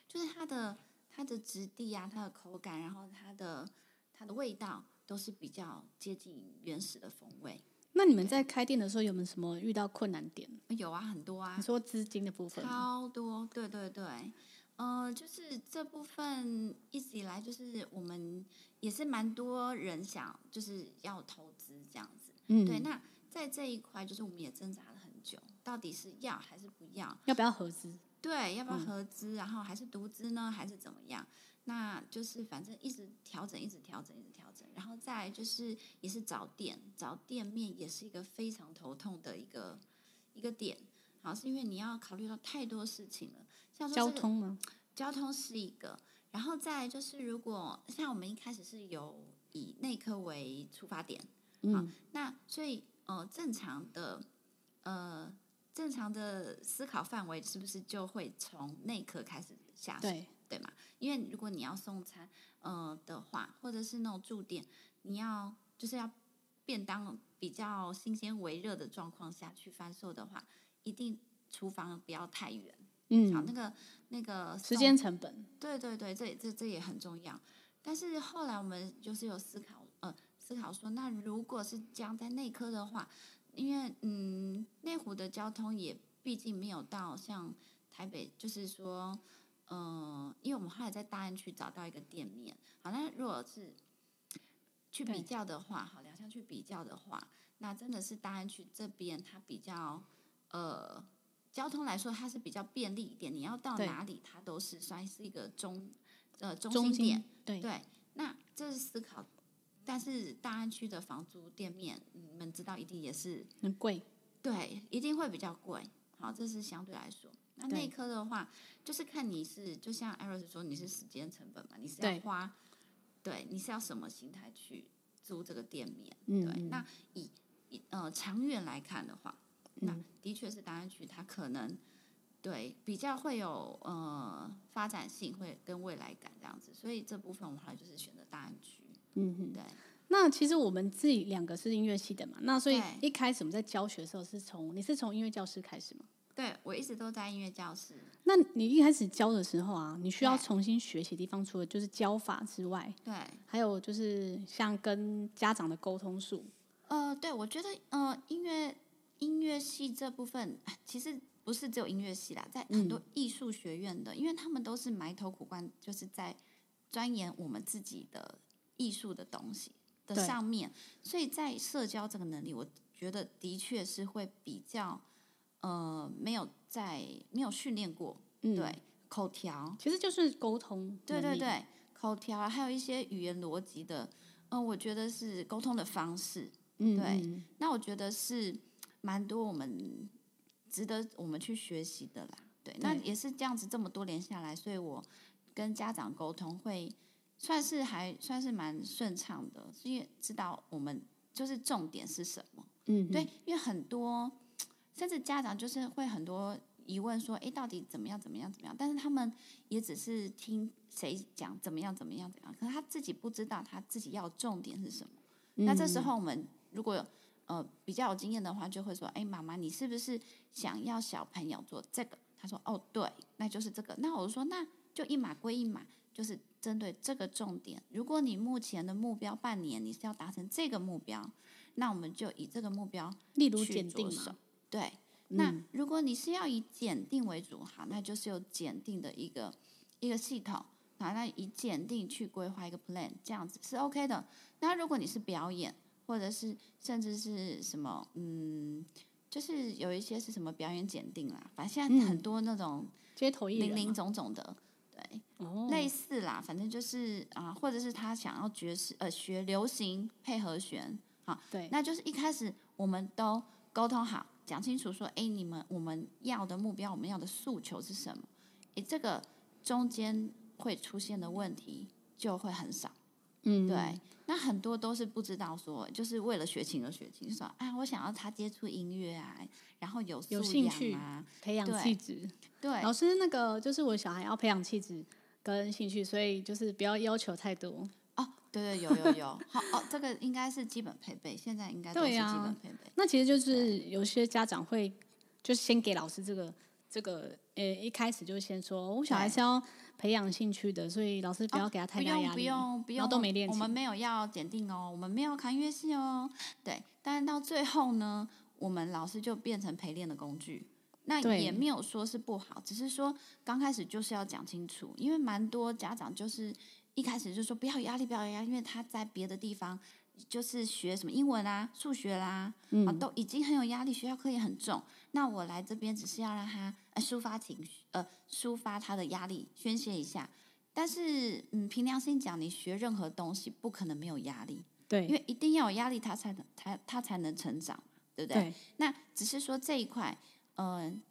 [SPEAKER 2] 就是它的它的质地啊，它的口感，然后它的它的味道都是比较接近原始的风味。
[SPEAKER 1] 那你们在开店的时候有没有什么遇到困难点？
[SPEAKER 2] 有啊，很多啊
[SPEAKER 1] 你，说资金的部分吗，
[SPEAKER 2] 超多，对对对，呃，就是这部分一直以来就是我们也是蛮多人想就是要投资这样子，
[SPEAKER 1] 嗯，
[SPEAKER 2] 对，那在这一块就是我们也挣扎了很久，到底是要还是不要？
[SPEAKER 1] 要不要合资？
[SPEAKER 2] 对，要不要
[SPEAKER 1] 嗯
[SPEAKER 2] 合资？然后还是独资呢？还是怎么样？那就是反正一直调整，一直调整，一直调整。然后再来就是也是找店，找店面也是一个非常头痛的一个一个点。好，是因为你要考虑到太多事情了，像说
[SPEAKER 1] 交
[SPEAKER 2] 这个
[SPEAKER 1] 通吗？
[SPEAKER 2] 交通是一个，然后再来就是如果像我们一开始是有以内科为出发点，好
[SPEAKER 1] 嗯，
[SPEAKER 2] 那所以呃，正常的呃正常的思考范围是不是就会从内科开始下手，
[SPEAKER 1] 对，
[SPEAKER 2] 对吗？因为如果你要送餐呃的话，或者是那种驻店，你要就是要便当比较新鲜微热的状况下去翻售的话，一定厨房不要太远，好那
[SPEAKER 1] 嗯，
[SPEAKER 2] 个那个
[SPEAKER 1] 时
[SPEAKER 2] 送
[SPEAKER 1] 间成本，
[SPEAKER 2] 对对对，这这这也很重要。但是后来我们就是有思考，呃，思考说，那如果是这样在内科的话，因为嗯，内湖的交通也毕竟没有到像台北，就是说，呃，因为我们后来在大安区找到一个店面，好，那如果是去
[SPEAKER 1] 对
[SPEAKER 2] 比较的话，好，两项去比较的话，那真的是大安区这边它比较，呃，交通来说它是比较便利一点，你要到
[SPEAKER 1] 对
[SPEAKER 2] 哪里它都是算是一个中，呃，中
[SPEAKER 1] 中
[SPEAKER 2] 心点
[SPEAKER 1] 心，对，
[SPEAKER 2] 对，那这是思考，但是大安区的房租店面，你们知道一定也是
[SPEAKER 1] 很贵，
[SPEAKER 2] 对，一定会比较贵。好，这是相对来说。那
[SPEAKER 1] 对
[SPEAKER 2] 内科的话，就是看你是，就像艾瑞斯说，你是时间成本嘛，你是要
[SPEAKER 1] 对
[SPEAKER 2] 花，对，你是要什么心态去租这个店面？
[SPEAKER 1] 嗯
[SPEAKER 2] 对，
[SPEAKER 1] 嗯
[SPEAKER 2] 那以以呃长远来看的话，那
[SPEAKER 1] 嗯
[SPEAKER 2] 的确是大安区它可能对比较会有呃发展性，会跟未来感这样子，所以这部分我们后来就是选择大安区。
[SPEAKER 1] 嗯嗯。
[SPEAKER 2] 对，
[SPEAKER 1] 那其实我们自己两个是音乐系的嘛，那所以
[SPEAKER 2] 对
[SPEAKER 1] 一开始我们在教学的时候是从你是从音乐教师开始吗？
[SPEAKER 2] 对我一直都在音乐教室，
[SPEAKER 1] 那你一开始教的时候啊，你需要
[SPEAKER 2] 对
[SPEAKER 1] 重新学习的地方，除了就是教法之外，
[SPEAKER 2] 对，
[SPEAKER 1] 还有就是像跟家长的沟通术，
[SPEAKER 2] 呃，对，我觉得呃，音乐音乐系这部分哎其实不是只有音乐系啦，在很多
[SPEAKER 1] 嗯
[SPEAKER 2] 艺术学院的，因为他们都是埋头苦干，就是在钻研我们自己的艺术的东西的
[SPEAKER 1] 对
[SPEAKER 2] 上面，所以在社交这个能力，我觉得的确是会比较呃没有在没有训练过，
[SPEAKER 1] 嗯，
[SPEAKER 2] 对，口条，
[SPEAKER 1] 其实就是沟通，
[SPEAKER 2] 对对，对，口条啊，还有一些语言逻辑的，嗯、我觉得是沟通的方式。
[SPEAKER 1] 嗯，
[SPEAKER 2] 对
[SPEAKER 1] 嗯
[SPEAKER 2] 那我觉得是蛮多我们值得我们去学习的啦。对，那
[SPEAKER 1] 对
[SPEAKER 2] 也是这样子这么多年下来，所以我跟家长沟通会算是还算是蛮顺畅的，因为知道我们就是重点是什么。
[SPEAKER 1] 嗯，
[SPEAKER 2] 对，因为很多甚至家长就是会很多疑问说，诶，到底怎么样怎么样怎么样？但是他们也只是听谁讲怎么样怎么样怎么样，可是他自己不知道他自己要的重点是什么。
[SPEAKER 1] 嗯，
[SPEAKER 2] 那这时
[SPEAKER 1] 嗯
[SPEAKER 2] 候我们如果呃比较有经验的话，就会说，哎，妈妈，你是不是想要小朋友做这个？他说哦对，那就是这个。那我说那就一码归一码，就是针对这个重点。如果你目前的目标半年你是要达成这个目标，那我们就以这个目标
[SPEAKER 1] 例如
[SPEAKER 2] 去
[SPEAKER 1] 检
[SPEAKER 2] 着
[SPEAKER 1] 定
[SPEAKER 2] 手
[SPEAKER 1] 嘛，。
[SPEAKER 2] 对，那
[SPEAKER 1] 嗯
[SPEAKER 2] 如果你是要以检定为主，好，那就是有检定的一个一个系统，好，那以检定去规划一个 plan，这样子是 OK 的。那如果你是表演，或者是甚至是什么，嗯，就是有一些是什么表演检定啦，反正现在很
[SPEAKER 1] 嗯
[SPEAKER 2] 多那种
[SPEAKER 1] 街头艺人
[SPEAKER 2] 零
[SPEAKER 1] 嘛
[SPEAKER 2] 零总总的，对，
[SPEAKER 1] 哦，
[SPEAKER 2] 类似啦，反正就是啊、或者是他想要爵士呃学流行配合弦，
[SPEAKER 1] 对，
[SPEAKER 2] 那就是一开始我们都沟通好，讲清楚说，哎，你们我们要的目标，我们要的诉求是什么？哎，这个中间会出现的问题就会很少。
[SPEAKER 1] 嗯
[SPEAKER 2] 对，，那很多都是不知道说，就是为了学琴而学琴，就说啊，我想要他接触音乐啊，然后有素
[SPEAKER 1] 有兴
[SPEAKER 2] 养
[SPEAKER 1] 趣
[SPEAKER 2] 啊，
[SPEAKER 1] 培养
[SPEAKER 2] 对
[SPEAKER 1] 气质。
[SPEAKER 2] 对
[SPEAKER 1] 老师那个就是我小孩要培养气质跟兴趣，所以就是不要要求太多。
[SPEAKER 2] 哦，对对，有有有，好哦，这个应该是基本配备，现在应该都是
[SPEAKER 1] 对啊
[SPEAKER 2] 基
[SPEAKER 1] 呀
[SPEAKER 2] 本配备。
[SPEAKER 1] 那其实就是有些家长会就是先给老师这个这个呃一开始就先说，我小孩
[SPEAKER 2] 对哦
[SPEAKER 1] 是要培养兴趣的，所以老师不要给他
[SPEAKER 2] 不
[SPEAKER 1] 太大
[SPEAKER 2] 用
[SPEAKER 1] 压
[SPEAKER 2] 不
[SPEAKER 1] 力。
[SPEAKER 2] 用不
[SPEAKER 1] 然后
[SPEAKER 2] 用，
[SPEAKER 1] 都没练
[SPEAKER 2] 我们
[SPEAKER 1] 琴
[SPEAKER 2] 没有要检定哦，我们没有扛乐器哦。对，但是到最后呢，我们老师就变成陪练的工具。那
[SPEAKER 1] 对
[SPEAKER 2] 也没有说是不好，只是说刚开始就是要讲清楚，因为蛮多家长就是一开始就说不要有压力，不要有压力，因为他在别的地方就是学什么英文啦、数学啦，啊，
[SPEAKER 1] 嗯，
[SPEAKER 2] 都已经很有压力，学校课业很重。那我来这边只是要让他呃抒发情绪，呃抒发他的压力，宣泄一下。但是，嗯，凭良心讲，你学任何东西不可能没有压力，因
[SPEAKER 1] 对
[SPEAKER 2] 为一定要有压力，他才能他他才能成长，对不对？
[SPEAKER 1] 对，
[SPEAKER 2] 那只是说这一块，嗯、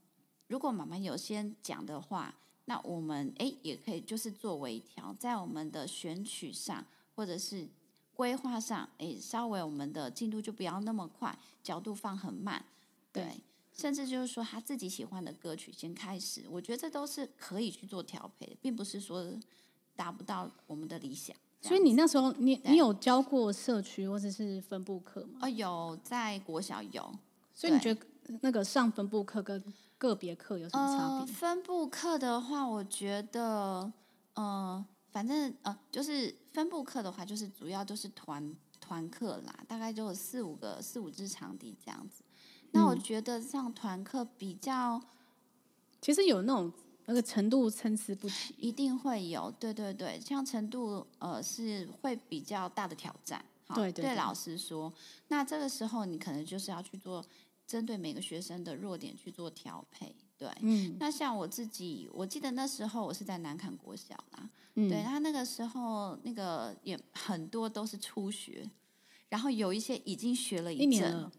[SPEAKER 2] 如果妈妈有先讲的话，那我们诶也可以就是做微调，在我们的选取上或者是规划上，诶稍微我们的进度就不要那么快，角度放很慢，
[SPEAKER 1] 对
[SPEAKER 2] 对。甚至就是说他自己喜欢的歌曲先开始，我觉得这都是可以去做调配的，并不是说达不到我们的理想。这
[SPEAKER 1] 所以
[SPEAKER 2] 样
[SPEAKER 1] 你那时候你
[SPEAKER 2] 对
[SPEAKER 1] 你有教过社区或者是分部课吗？
[SPEAKER 2] 哦有在国小有，
[SPEAKER 1] 所以你觉
[SPEAKER 2] 对
[SPEAKER 1] 得那个上分部课跟个别课有什么差
[SPEAKER 2] 呃，
[SPEAKER 1] 别？
[SPEAKER 2] 分布课的话，我觉得，呃，反正呃，就是分布课的话，就是主要就是团团课啦，大概就有四五个四五支场地这样子。那我
[SPEAKER 1] 嗯
[SPEAKER 2] 觉得上团课比较
[SPEAKER 1] 其实有那种那个程度参差不齐。
[SPEAKER 2] 一定会有，对对对，像程度呃是会比较大的挑战，好
[SPEAKER 1] 对对对
[SPEAKER 2] 老师说，那这个时候你可能就是要去做针对每个学生的弱点去做调配，对，
[SPEAKER 1] 嗯
[SPEAKER 2] 那像我自己，我记得那时候我是在南坎国小啦，
[SPEAKER 1] 嗯，
[SPEAKER 2] 对，他那个时候那个也很多都是初学，然后有一些已经学了
[SPEAKER 1] 一
[SPEAKER 2] 一
[SPEAKER 1] 年
[SPEAKER 2] 阵，
[SPEAKER 1] 了，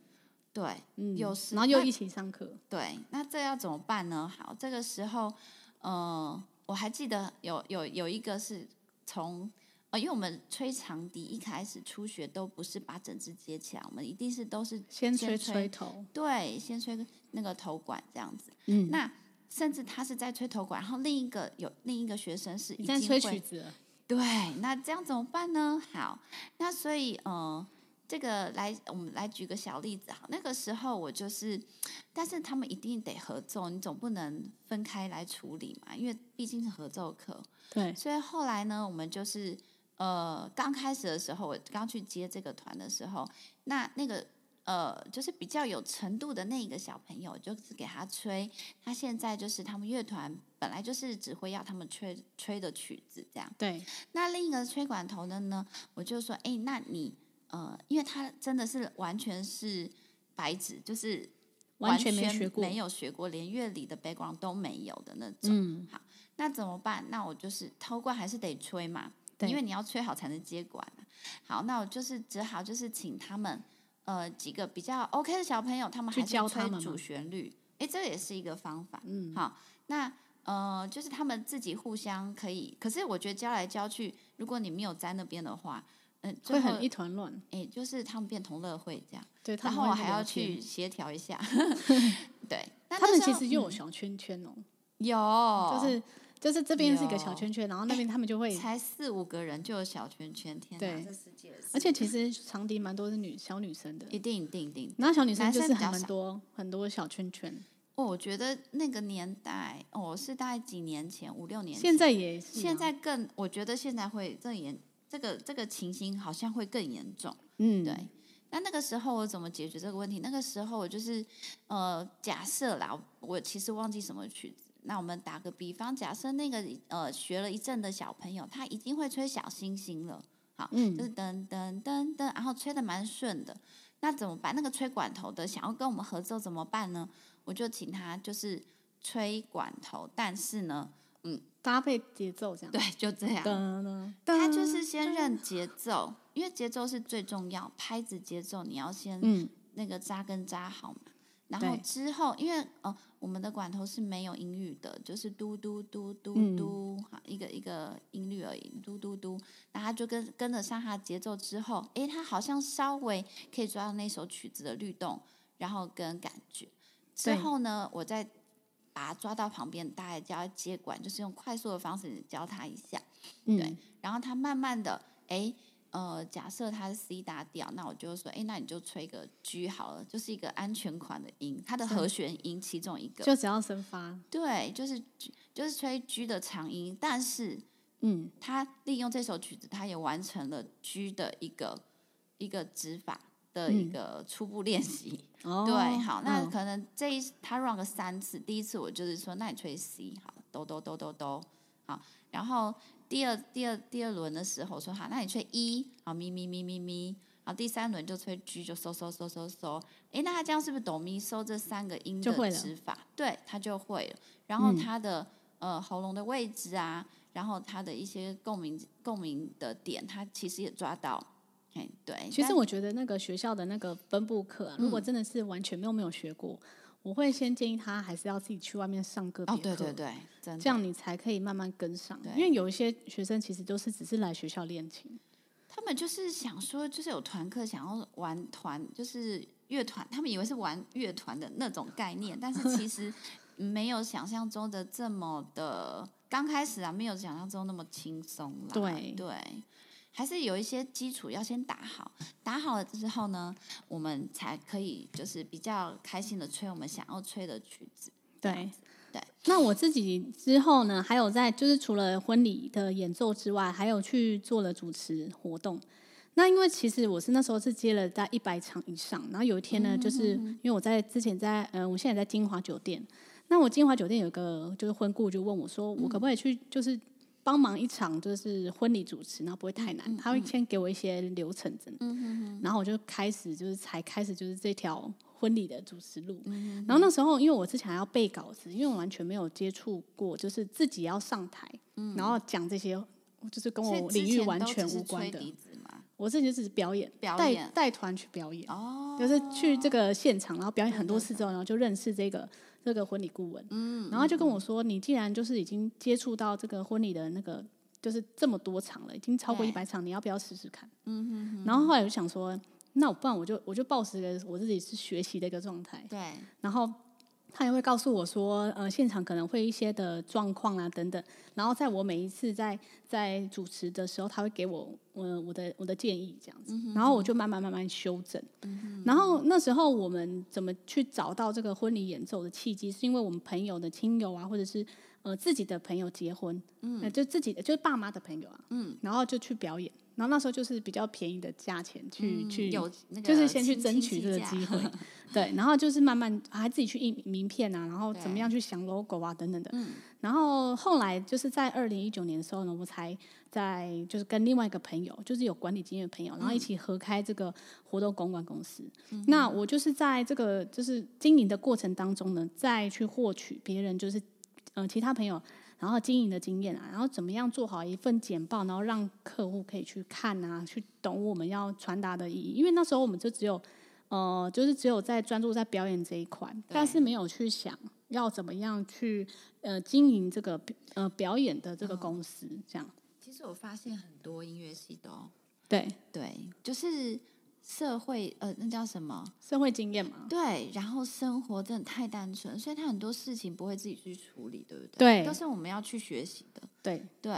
[SPEAKER 2] 对
[SPEAKER 1] 嗯，
[SPEAKER 2] 有时
[SPEAKER 1] 然后又
[SPEAKER 2] 那
[SPEAKER 1] 一起上课，
[SPEAKER 2] 对，那这要怎么办呢？好，这个时候，呃，我还记得有有有一个是从。呃，因为我们吹长笛一开始初学都不是把整支接起来，我们一定是都是
[SPEAKER 1] 先
[SPEAKER 2] 先
[SPEAKER 1] 吹
[SPEAKER 2] 吹
[SPEAKER 1] 吹头，
[SPEAKER 2] 对先吹个那个头管这样子。
[SPEAKER 1] 嗯，
[SPEAKER 2] 那甚至他是在吹头管，然后另一个有另一个学生是已
[SPEAKER 1] 你在
[SPEAKER 2] 经
[SPEAKER 1] 吹
[SPEAKER 2] 会
[SPEAKER 1] 曲子了，
[SPEAKER 2] 对，那这样怎么办呢？好，那所以呃，这个来我们来举个小例子好，那个时候我就是，但是他们一定得合奏，你总不能分开来处理嘛，因为毕竟是合奏课。
[SPEAKER 1] 对，
[SPEAKER 2] 所以后来呢，我们就是呃，刚开始的时候，我刚去接这个团的时候，那那个呃，就是比较有程度的那一个小朋友，就是给他吹，他现在就是他们乐团本来就是只会要他们吹吹的曲子这样。
[SPEAKER 1] 对，
[SPEAKER 2] 那另一个吹管头的呢，我就说，哎，那你呃，因为他真的是完全是白纸，就是
[SPEAKER 1] 完全没学过
[SPEAKER 2] 没有学过，连乐理的 background 都没有的那种。
[SPEAKER 1] 嗯，
[SPEAKER 2] 那怎么办？那我就是偷灌还是得吹嘛，
[SPEAKER 1] 对
[SPEAKER 2] 因为你要吹好才能接管嘛。好，那我就是只好就是请他们呃几个比较 OK 的小朋友，他们
[SPEAKER 1] 去
[SPEAKER 2] 还是
[SPEAKER 1] 教他
[SPEAKER 2] 吹
[SPEAKER 1] 们吗
[SPEAKER 2] 主旋律，诶，这也是一个方法。
[SPEAKER 1] 嗯，
[SPEAKER 2] 好，那呃就是他们自己互相可以，可是我觉得教来教去，如果你没有在那边的话，嗯、最
[SPEAKER 1] 会
[SPEAKER 2] 后
[SPEAKER 1] 很一团乱，
[SPEAKER 2] 诶，就是他们变同乐会这样，
[SPEAKER 1] 对，他
[SPEAKER 2] 然
[SPEAKER 1] 们
[SPEAKER 2] 后我
[SPEAKER 1] 会
[SPEAKER 2] 还要
[SPEAKER 1] 聊天
[SPEAKER 2] 去，协调一 下。对，那
[SPEAKER 1] 他们
[SPEAKER 2] 那时
[SPEAKER 1] 其
[SPEAKER 2] 候
[SPEAKER 1] 实又有
[SPEAKER 2] 嗯
[SPEAKER 1] 小圈圈哦，
[SPEAKER 2] 有，
[SPEAKER 1] 就是就是这边是一个小
[SPEAKER 2] 有
[SPEAKER 1] 圈圈，然后那边他们就会，
[SPEAKER 2] 才四五个人就有小圈圈，天哪，
[SPEAKER 1] 对
[SPEAKER 2] 这世界是，
[SPEAKER 1] 而且其实长笛蛮多是女小女生的，
[SPEAKER 2] 一定一定一定，
[SPEAKER 1] 然后小女生
[SPEAKER 2] 男
[SPEAKER 1] 就
[SPEAKER 2] 生
[SPEAKER 1] 是
[SPEAKER 2] 比较
[SPEAKER 1] 还蛮
[SPEAKER 2] 少
[SPEAKER 1] 多很多小圈圈，
[SPEAKER 2] 哦，我觉得那个年代，哦，是大概几年前，五六年前。
[SPEAKER 1] 现在也是啊吗
[SPEAKER 2] 现在更，我觉得现在会更严，这个这个情形好像会更严重。
[SPEAKER 1] 嗯
[SPEAKER 2] 对，那那个时候我怎么解决这个问题？那个时候我就是呃，假设啦，我其实忘记什么曲子。那我们打个比方，假设那个呃学了一阵的小朋友，他已经会吹小星星了，好，
[SPEAKER 1] 嗯
[SPEAKER 2] 就是噔噔噔噔，然后吹的蛮顺的。那怎么办？那个吹管头的想要跟我们合奏怎么办呢？我就请他就是吹管头，但是呢，
[SPEAKER 1] 搭配节奏这样。
[SPEAKER 2] 对，就这样，
[SPEAKER 1] 噔噔噔
[SPEAKER 2] 他就是先认节奏，因为节奏是最重要，拍子节奏你要先
[SPEAKER 1] 嗯
[SPEAKER 2] 那个扎跟扎好嘛。然后
[SPEAKER 1] 对
[SPEAKER 2] 之后，因为呃，我们的管头是没有音域的，就是嘟嘟嘟嘟
[SPEAKER 1] 嗯
[SPEAKER 2] 嘟，好一个一个音律而已，嘟嘟嘟。那他就跟跟得上他的节奏之后，诶，他好像稍微可以抓到那首曲子的律动，然后跟感觉。之
[SPEAKER 1] 对
[SPEAKER 2] 后呢，我再把他抓到旁边，大概教他接管，就是用快速的方式教他一下。
[SPEAKER 1] 嗯
[SPEAKER 2] 对，然后他慢慢的，哎，呃，假设他是 C 大调，那我就说，哎，那你就吹个 G 好了，就是一个安全款的音，它的
[SPEAKER 1] 是
[SPEAKER 2] 和弦音其中一个，
[SPEAKER 1] 就只要生发。
[SPEAKER 2] 对，就是 G- 就是吹 G 的长音，但是
[SPEAKER 1] 嗯，
[SPEAKER 2] 他利用这首曲子，他也完成了 G 的一个一个指法的一
[SPEAKER 1] 嗯
[SPEAKER 2] 个初步练习。
[SPEAKER 1] 哦，
[SPEAKER 2] 对，好，那
[SPEAKER 1] 嗯
[SPEAKER 2] 可能这一他 run 个三次，第一次我就是说，那你吹 C 好了，哆哆哆哆哆，好，然后第二第二第二轮的时候我说好，那你吹一、好咪咪咪咪咪，然后第三轮就吹 G 就收收收收收，诶，那他这样是不是哆咪收这三个音
[SPEAKER 1] 就会
[SPEAKER 2] 的
[SPEAKER 1] 了
[SPEAKER 2] 指法？对，他就会了，然后
[SPEAKER 1] 嗯
[SPEAKER 2] 他的、呃喉咙的位置啊，然后他的一些共鸣共鸣的点，他其实也抓到。哎，对，
[SPEAKER 1] 其实
[SPEAKER 2] 但嗯
[SPEAKER 1] 我觉得那个学校的那个分部课啊、如果真的是完全没有没有学过，我会先建议他还是要自己去外面上个别
[SPEAKER 2] 哦，
[SPEAKER 1] 课，
[SPEAKER 2] 对对对，真的
[SPEAKER 1] 这样你才可以慢慢跟上。
[SPEAKER 2] 对
[SPEAKER 1] 因为有一些学生其实都是只是来学校练琴，
[SPEAKER 2] 他们就是想说，就是有团课想要玩团，就是乐团，他们以为是玩乐团的那种概念，但 是其实没有想象中的这么的。刚开始啊，没有想象中那么轻松啦。
[SPEAKER 1] 对
[SPEAKER 2] 对，还是有一些基础要先打好，打好了之后呢，我们才可以就是比较开心的吹我们想要吹的曲子。这样
[SPEAKER 1] 对
[SPEAKER 2] 子。对，
[SPEAKER 1] 那我自己之后呢，还有在就是除了婚礼的演奏之外，还有去做了主持活动。那因为其实我是那时候是接了在一百场以上，然后有一天呢，就是
[SPEAKER 2] 嗯
[SPEAKER 1] 因为我在之前在嗯、呃，我现在在金华酒店，那我金华酒店有个就是婚顾就问我说，我可不可以去就是帮忙一场就是婚礼主持，然后不会太难，他会先给我一些流程怎么
[SPEAKER 2] 嗯哼哼，
[SPEAKER 1] 然后我就开始就是才开始就是这条婚礼的主持路。
[SPEAKER 2] 嗯
[SPEAKER 1] 然后那时候因为我之前还要背稿子，因为我完全没有接触过，就是自己要上台，然后讲这些就是跟
[SPEAKER 2] 嗯所以
[SPEAKER 1] 我
[SPEAKER 2] 之
[SPEAKER 1] 领域
[SPEAKER 2] 前
[SPEAKER 1] 完
[SPEAKER 2] 都
[SPEAKER 1] 全
[SPEAKER 2] 只是
[SPEAKER 1] 无关
[SPEAKER 2] 吹
[SPEAKER 1] 的。
[SPEAKER 2] 笛子嘛。
[SPEAKER 1] 我自己就只是表演，
[SPEAKER 2] 表
[SPEAKER 1] 带
[SPEAKER 2] 演
[SPEAKER 1] 带团去表演，
[SPEAKER 2] 哦，
[SPEAKER 1] 就是去这个现场，然后表演
[SPEAKER 2] 对
[SPEAKER 1] 很多
[SPEAKER 2] 对嗯
[SPEAKER 1] 次之后，然后就认识这个这个婚礼顾问。然后他就跟我说，你既然就是已经接触到这个婚礼的那个，就是这么多场了，已经超过一
[SPEAKER 2] 对嗯
[SPEAKER 1] 百场，你要不要试试看？然后后来我就想说，那我不然我就我就抱持着我自己是学习的一个状态，
[SPEAKER 2] 对，
[SPEAKER 1] 然后他也会告诉我说，呃，现场可能会一些的状况啊等等，然后在我每一次在在主持的时候，他会给我我、呃我的我的建议这样子，然后我就慢慢慢慢修正。然后那时候我们怎么去找到这个婚礼演奏的契机，是因为我们朋友的亲友啊，或者是呃自己的朋友结婚，嗯、就自己的就是爸妈的朋友啊，嗯，然后就去表演。然后那时候就是比较便宜的价钱去、
[SPEAKER 2] 嗯
[SPEAKER 1] 去
[SPEAKER 2] 有那个
[SPEAKER 1] 就是先去
[SPEAKER 2] 亲
[SPEAKER 1] 争
[SPEAKER 2] 亲
[SPEAKER 1] 取
[SPEAKER 2] 戚
[SPEAKER 1] 这个
[SPEAKER 2] 价
[SPEAKER 1] 机会， 对，然后就是慢慢还自己去印名片啊，然后怎么
[SPEAKER 2] 对
[SPEAKER 1] 样去想 logo 啊等等的。
[SPEAKER 2] 嗯
[SPEAKER 1] 然后后来就是在二零一九年的时候呢，我才在就是跟另外一个朋友，就是有管理经验的朋友，然
[SPEAKER 2] 嗯
[SPEAKER 1] 后一起合开这个活动公关公司。那我就是在这个就是经营的过程当中呢，再去获取别人就是呃其他朋友。然后经营的经验啊，然后怎么样做好一份简报，然后让客户可以去看啊，去懂我们要传达的意义。因为那时候我们就只有，呃，就是只有在专注在表演这一块，但是没有去想要怎么样去呃经营这个呃表演的这个公司，这样
[SPEAKER 2] 其实我发现很多音乐系都、
[SPEAKER 1] 对
[SPEAKER 2] 对，就是社会呃，那叫什么？
[SPEAKER 1] 社会经验嘛，
[SPEAKER 2] 对，然后生活真的太单纯，所以他很多事情不会自己去处理，对不
[SPEAKER 1] 对
[SPEAKER 2] 都是我们要去学习的。
[SPEAKER 1] 对，
[SPEAKER 2] 对，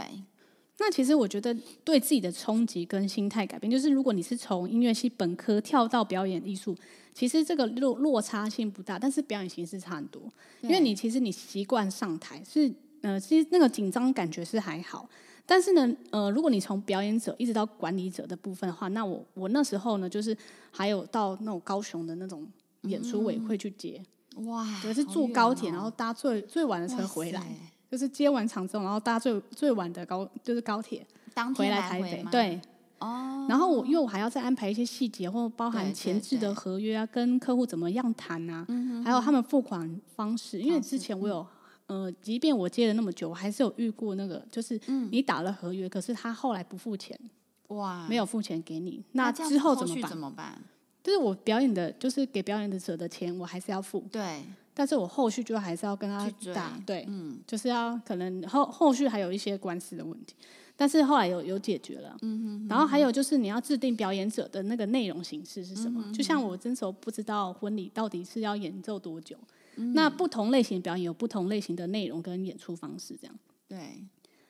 [SPEAKER 1] 那其实我觉得对自己的冲击跟心态改变，就是如果你是从音乐系本科跳到表演艺术，其实这个落落差性不大，但是表演形式差很多。因为
[SPEAKER 2] 对
[SPEAKER 1] 你其实你习惯上台是呃，其实那个紧张感觉是还好，但是呢，呃，如果你从表演者一直到管理者的部分的话，那我我那时候呢，就是还有到那种高雄的那种演出委会去接，
[SPEAKER 2] 哇，
[SPEAKER 1] 我、是
[SPEAKER 2] 嗯好
[SPEAKER 1] 坐
[SPEAKER 2] 远
[SPEAKER 1] 高铁，然后
[SPEAKER 2] 哦
[SPEAKER 1] 搭最最晚的车
[SPEAKER 2] 哇
[SPEAKER 1] 回来，
[SPEAKER 2] 塞
[SPEAKER 1] 就是接完场之后，然后搭最最晚的高就是高铁
[SPEAKER 2] 当
[SPEAKER 1] 回
[SPEAKER 2] 天
[SPEAKER 1] 来
[SPEAKER 2] 来
[SPEAKER 1] 台
[SPEAKER 2] 回
[SPEAKER 1] 北
[SPEAKER 2] 吗，
[SPEAKER 1] 对。
[SPEAKER 2] 哦，
[SPEAKER 1] 然后我因为我还要再安排一些细节，或包含
[SPEAKER 2] 对
[SPEAKER 1] 前
[SPEAKER 2] 对
[SPEAKER 1] 置的
[SPEAKER 2] 对
[SPEAKER 1] 合约啊，跟客户怎么样谈啊，
[SPEAKER 2] 嗯
[SPEAKER 1] 还有他们付款方式。因为
[SPEAKER 2] 方
[SPEAKER 1] 之
[SPEAKER 2] 式
[SPEAKER 1] 前我有，呃，即便我接了那么久，我还是有遇过那个，就是
[SPEAKER 2] 嗯
[SPEAKER 1] 你打了合约，可是他后来不付钱，
[SPEAKER 2] 哼哇，
[SPEAKER 1] 没有付钱给你，那
[SPEAKER 2] 啊那这样
[SPEAKER 1] 之
[SPEAKER 2] 子
[SPEAKER 1] 后
[SPEAKER 2] 后
[SPEAKER 1] 怎么
[SPEAKER 2] 续
[SPEAKER 1] 办？
[SPEAKER 2] 怎么办？
[SPEAKER 1] 就是我表演的，就是给表演的者的钱，我还是要付，
[SPEAKER 2] 对，
[SPEAKER 1] 但是我后续就还是要跟他
[SPEAKER 2] 去追
[SPEAKER 1] 打，对，
[SPEAKER 2] 嗯
[SPEAKER 1] 就是要可能后后续还有一些官司的问题，但是后来有有解决了。
[SPEAKER 2] 嗯
[SPEAKER 1] 然后还有就是你要制定表演者的那个内容形式是
[SPEAKER 2] 嗯
[SPEAKER 1] 什么，就像我真时候不知道婚礼到底是要演奏多久，
[SPEAKER 2] 嗯
[SPEAKER 1] 那不同类型的表演有不同类型的内容跟演出方式这样。
[SPEAKER 2] 哼，对，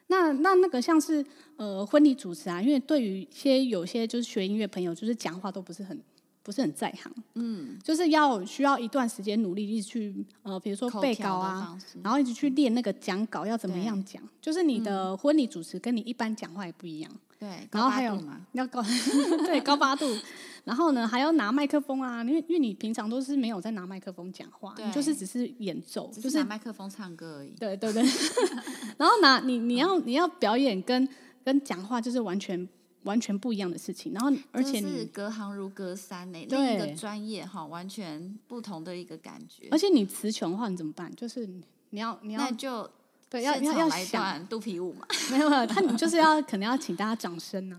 [SPEAKER 1] 那那那个像是呃婚礼主持啊，因为对于一些有些就是学音乐朋友，就是讲话都不是很不是很在行，
[SPEAKER 2] 嗯，
[SPEAKER 1] 就是要需要一段时间努力一直去呃，比如说
[SPEAKER 2] 口
[SPEAKER 1] 背稿
[SPEAKER 2] 条的
[SPEAKER 1] 啊，
[SPEAKER 2] 方式
[SPEAKER 1] 然后一直去练那个讲稿要怎么
[SPEAKER 2] 对
[SPEAKER 1] 样讲，就是你的婚礼主持跟你一般讲话也不一样。
[SPEAKER 2] 对，
[SPEAKER 1] 然
[SPEAKER 2] 高
[SPEAKER 1] 后
[SPEAKER 2] 八
[SPEAKER 1] 还有
[SPEAKER 2] 度嘛，
[SPEAKER 1] 要高，对高八度，然后呢还要拿麦克风啊，因为因为你平常都是没有在拿麦克风讲话，
[SPEAKER 2] 对
[SPEAKER 1] 你就是只是演奏，
[SPEAKER 2] 只
[SPEAKER 1] 就是
[SPEAKER 2] 拿
[SPEAKER 1] 是
[SPEAKER 2] 麦克风唱歌而已，
[SPEAKER 1] 对对对，然后拿你你
[SPEAKER 2] 嗯
[SPEAKER 1] 要你要表演跟跟讲话就是完全完全不一样的事情，然后而且
[SPEAKER 2] 真的是
[SPEAKER 1] 你
[SPEAKER 2] 隔行如隔山呢，另
[SPEAKER 1] 对
[SPEAKER 2] 一个专业哈，完全不同的一个感觉
[SPEAKER 1] 而。且你词穷的话你怎么办？就是你你要你
[SPEAKER 2] 那
[SPEAKER 1] 要
[SPEAKER 2] 就
[SPEAKER 1] 对要
[SPEAKER 2] 现
[SPEAKER 1] 要
[SPEAKER 2] 场
[SPEAKER 1] 要
[SPEAKER 2] 来一
[SPEAKER 1] 想
[SPEAKER 2] 段肚皮舞嘛，
[SPEAKER 1] 没有没啊有，他你就是要可能要请大家掌声啊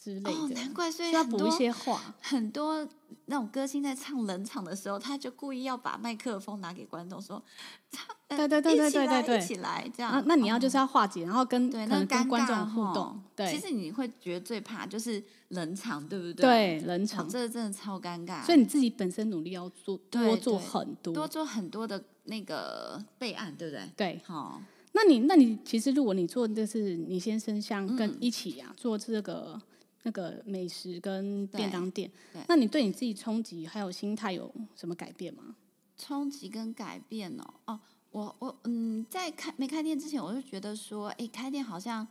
[SPEAKER 1] 之类
[SPEAKER 2] 哦，
[SPEAKER 1] 的
[SPEAKER 2] 难，怪，所
[SPEAKER 1] 就
[SPEAKER 2] 以
[SPEAKER 1] 要
[SPEAKER 2] 很
[SPEAKER 1] 补一
[SPEAKER 2] 多
[SPEAKER 1] 些话。
[SPEAKER 2] 很多那种歌星在唱冷场的时候，他就故意要把麦克风拿给观众说，唱，呃
[SPEAKER 1] 对对对
[SPEAKER 2] 一
[SPEAKER 1] 对
[SPEAKER 2] 起
[SPEAKER 1] 对对
[SPEAKER 2] 来
[SPEAKER 1] 对
[SPEAKER 2] 一起来这
[SPEAKER 1] 那
[SPEAKER 2] 样。
[SPEAKER 1] 那你要
[SPEAKER 2] 哦
[SPEAKER 1] 就是要化解，然后跟
[SPEAKER 2] 对，
[SPEAKER 1] 可
[SPEAKER 2] 那
[SPEAKER 1] 能跟
[SPEAKER 2] 尴
[SPEAKER 1] 观
[SPEAKER 2] 尬
[SPEAKER 1] 众互
[SPEAKER 2] 吼
[SPEAKER 1] 动，对
[SPEAKER 2] 其实你会觉得最怕就是冷场，对不对？
[SPEAKER 1] 对冷场
[SPEAKER 2] 哦，这个真的超尴尬。
[SPEAKER 1] 所以你自己本身努力要做多
[SPEAKER 2] 对
[SPEAKER 1] 做
[SPEAKER 2] 对
[SPEAKER 1] 很
[SPEAKER 2] 多
[SPEAKER 1] 多，
[SPEAKER 2] 做很多的那个备案，对不对？
[SPEAKER 1] 对。
[SPEAKER 2] 好，
[SPEAKER 1] 那你那你其实如果你做就是你先生像
[SPEAKER 2] 嗯
[SPEAKER 1] 跟一起啊、做这个那个美食跟便
[SPEAKER 2] 对
[SPEAKER 1] 当店
[SPEAKER 2] 对，
[SPEAKER 1] 那你对你自己冲击还有心态有什么改变吗？
[SPEAKER 2] 冲击跟改变哦，哦，我我嗯，在开没开店之前，我就觉得说，哎，开店好像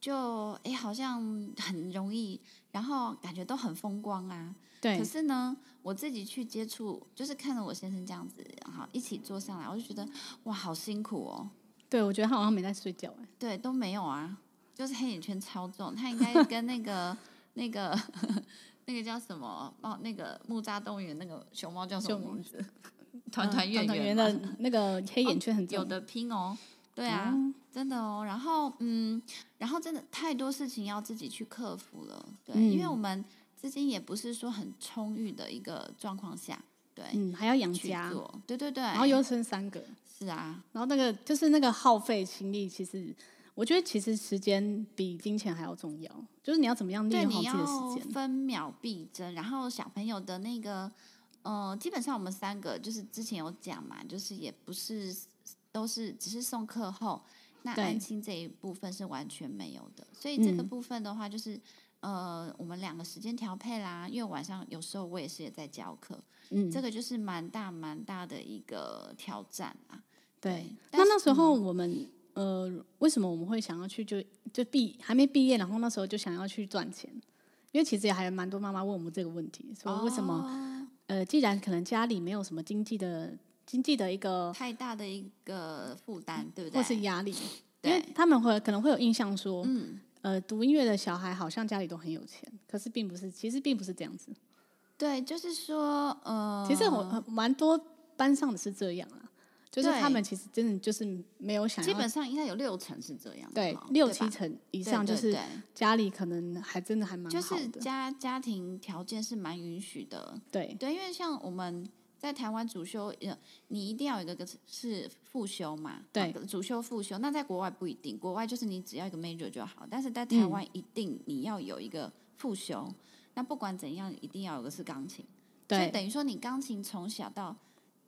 [SPEAKER 2] 就哎好像很容易，然后感觉都很风光啊。
[SPEAKER 1] 对
[SPEAKER 2] 可，是呢，我自己去接触，就是看着我先生这样子，好一起坐上来，我就觉得哇，好辛苦哦。
[SPEAKER 1] 对我觉得他好像没在睡觉哎、
[SPEAKER 2] 对，都没有啊，就是黑眼圈超重。他应该跟那个那个 那个叫什么哦，那个木栅动物园那个熊猫叫什
[SPEAKER 1] 熊
[SPEAKER 2] 么名字？ 团
[SPEAKER 1] 嗯
[SPEAKER 2] 团圆
[SPEAKER 1] 团
[SPEAKER 2] 圆
[SPEAKER 1] 圆
[SPEAKER 2] 嘛
[SPEAKER 1] 的那 个黑眼圈很重，
[SPEAKER 2] 有的拼哦。对啊，
[SPEAKER 1] 哦
[SPEAKER 2] 真的哦。然后嗯，然后真的太多事情要自己去克服了。对，因为
[SPEAKER 1] 嗯
[SPEAKER 2] 我们资金也不是说很充裕的一个状况下，对，
[SPEAKER 1] 嗯，还要养
[SPEAKER 2] 哎去
[SPEAKER 1] 家，
[SPEAKER 2] 做，哎对对对。
[SPEAKER 1] 然后又生三个，
[SPEAKER 2] 是啊，
[SPEAKER 1] 然后那个就是那个耗费心力，其实我觉得其实时间比金钱还要重要，就是你要怎么样利
[SPEAKER 2] 对，
[SPEAKER 1] 用
[SPEAKER 2] 你
[SPEAKER 1] 好
[SPEAKER 2] 要
[SPEAKER 1] 自己的时间。
[SPEAKER 2] 分秒必争。然后小朋友的那个，呃，基本上我们三个就是之前有讲嘛，就是也不是都是只是送课后，那
[SPEAKER 1] 对
[SPEAKER 2] 安亲这一部分是完全没有的。所以这个
[SPEAKER 1] 嗯
[SPEAKER 2] 部分的话，就是、呃，我们两个时间调配啦，因为晚上有时候我也是也在教课，
[SPEAKER 1] 嗯，
[SPEAKER 2] 这个就是蛮大蛮大的一个挑战啊。
[SPEAKER 1] 对。那
[SPEAKER 2] 但是嗯
[SPEAKER 1] 那时候我们、呃，为什么我们会想要去就就毕还没毕业，然后那时候就想要去赚钱？因为其实也还蛮多妈妈问我们这个问题，说为什么、
[SPEAKER 2] 么、
[SPEAKER 1] 呃，既然可能家里没有什么经济的经济的一个
[SPEAKER 2] 太大的一个负担，对不对？
[SPEAKER 1] 或是压力，因
[SPEAKER 2] 对
[SPEAKER 1] 为他们会可能会有印象说，
[SPEAKER 2] 嗯。
[SPEAKER 1] 呃，读音乐的小孩好像家里都很有钱，可是并不是，其实并不是这样子。
[SPEAKER 2] 对，就是说，呃，
[SPEAKER 1] 其实我呃蛮多班上的是这样啊，就是
[SPEAKER 2] 对
[SPEAKER 1] 他们其实真的就是没有想要
[SPEAKER 2] 基本上应该有六成是这样的
[SPEAKER 1] 对
[SPEAKER 2] 哈，
[SPEAKER 1] 六
[SPEAKER 2] 对
[SPEAKER 1] 七
[SPEAKER 2] 吧
[SPEAKER 1] 成以
[SPEAKER 2] 对
[SPEAKER 1] 上，就
[SPEAKER 2] 对
[SPEAKER 1] 是
[SPEAKER 2] 对
[SPEAKER 1] 家里可能还真的还蛮
[SPEAKER 2] 就
[SPEAKER 1] 好
[SPEAKER 2] 是
[SPEAKER 1] 的，
[SPEAKER 2] 家家庭条件是蛮允许的，
[SPEAKER 1] 对
[SPEAKER 2] 对，因为像我们在台湾主修，呃，你一定要有一个是复修嘛，啊
[SPEAKER 1] 对
[SPEAKER 2] 主修复修，那在国外不一定，国外就是你只要一个 major 就好，但是在
[SPEAKER 1] 嗯
[SPEAKER 2] 台湾一定你要有一个复修，那不管怎样，一定要有个是钢琴，所以
[SPEAKER 1] 对。
[SPEAKER 2] 等于说你钢琴从小到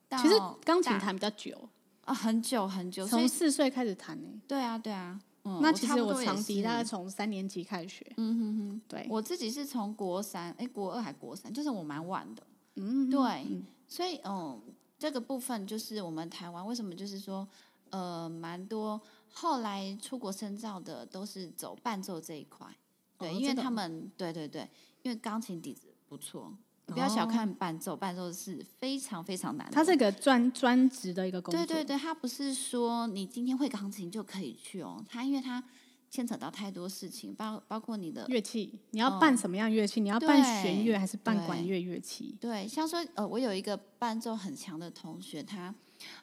[SPEAKER 2] 到
[SPEAKER 1] 其实钢琴
[SPEAKER 2] 大
[SPEAKER 1] 弹比较久，
[SPEAKER 2] 啊、很久很久，所以
[SPEAKER 1] 从四岁开始弹呢、
[SPEAKER 2] 对啊，对啊，嗯，
[SPEAKER 1] 那其
[SPEAKER 2] 差
[SPEAKER 1] 实
[SPEAKER 2] 不多
[SPEAKER 1] 我
[SPEAKER 2] 也
[SPEAKER 1] 长笛
[SPEAKER 2] 是
[SPEAKER 1] 大概从三年级开始学，
[SPEAKER 2] 嗯哼哼，
[SPEAKER 1] 对，
[SPEAKER 2] 我自己是从国三，哎，国二还国三，就是我蛮晚的，
[SPEAKER 1] 嗯，
[SPEAKER 2] 对，
[SPEAKER 1] 嗯
[SPEAKER 2] 所以嗯，这个部分就是我们台湾为什么就是说，呃，蛮多后来出国深造的都是走伴奏这一块，对，
[SPEAKER 1] 哦
[SPEAKER 2] 因为
[SPEAKER 1] 真的
[SPEAKER 2] 他
[SPEAKER 1] 哦
[SPEAKER 2] 们对对对，因为钢琴底子不错，不要小
[SPEAKER 1] 哦
[SPEAKER 2] 看伴奏，伴奏是非常非常难的，
[SPEAKER 1] 它是个专专职的一个工作，
[SPEAKER 2] 对对对，他不是说你今天会钢琴就可以去哦，他因为他牵扯到太多事情，包包括你的
[SPEAKER 1] 乐器，你
[SPEAKER 2] 哦
[SPEAKER 1] 要办什么样乐器？你要办弦乐还是办管乐乐器？
[SPEAKER 2] 对，像说呃，我有一个伴奏很强的同学，他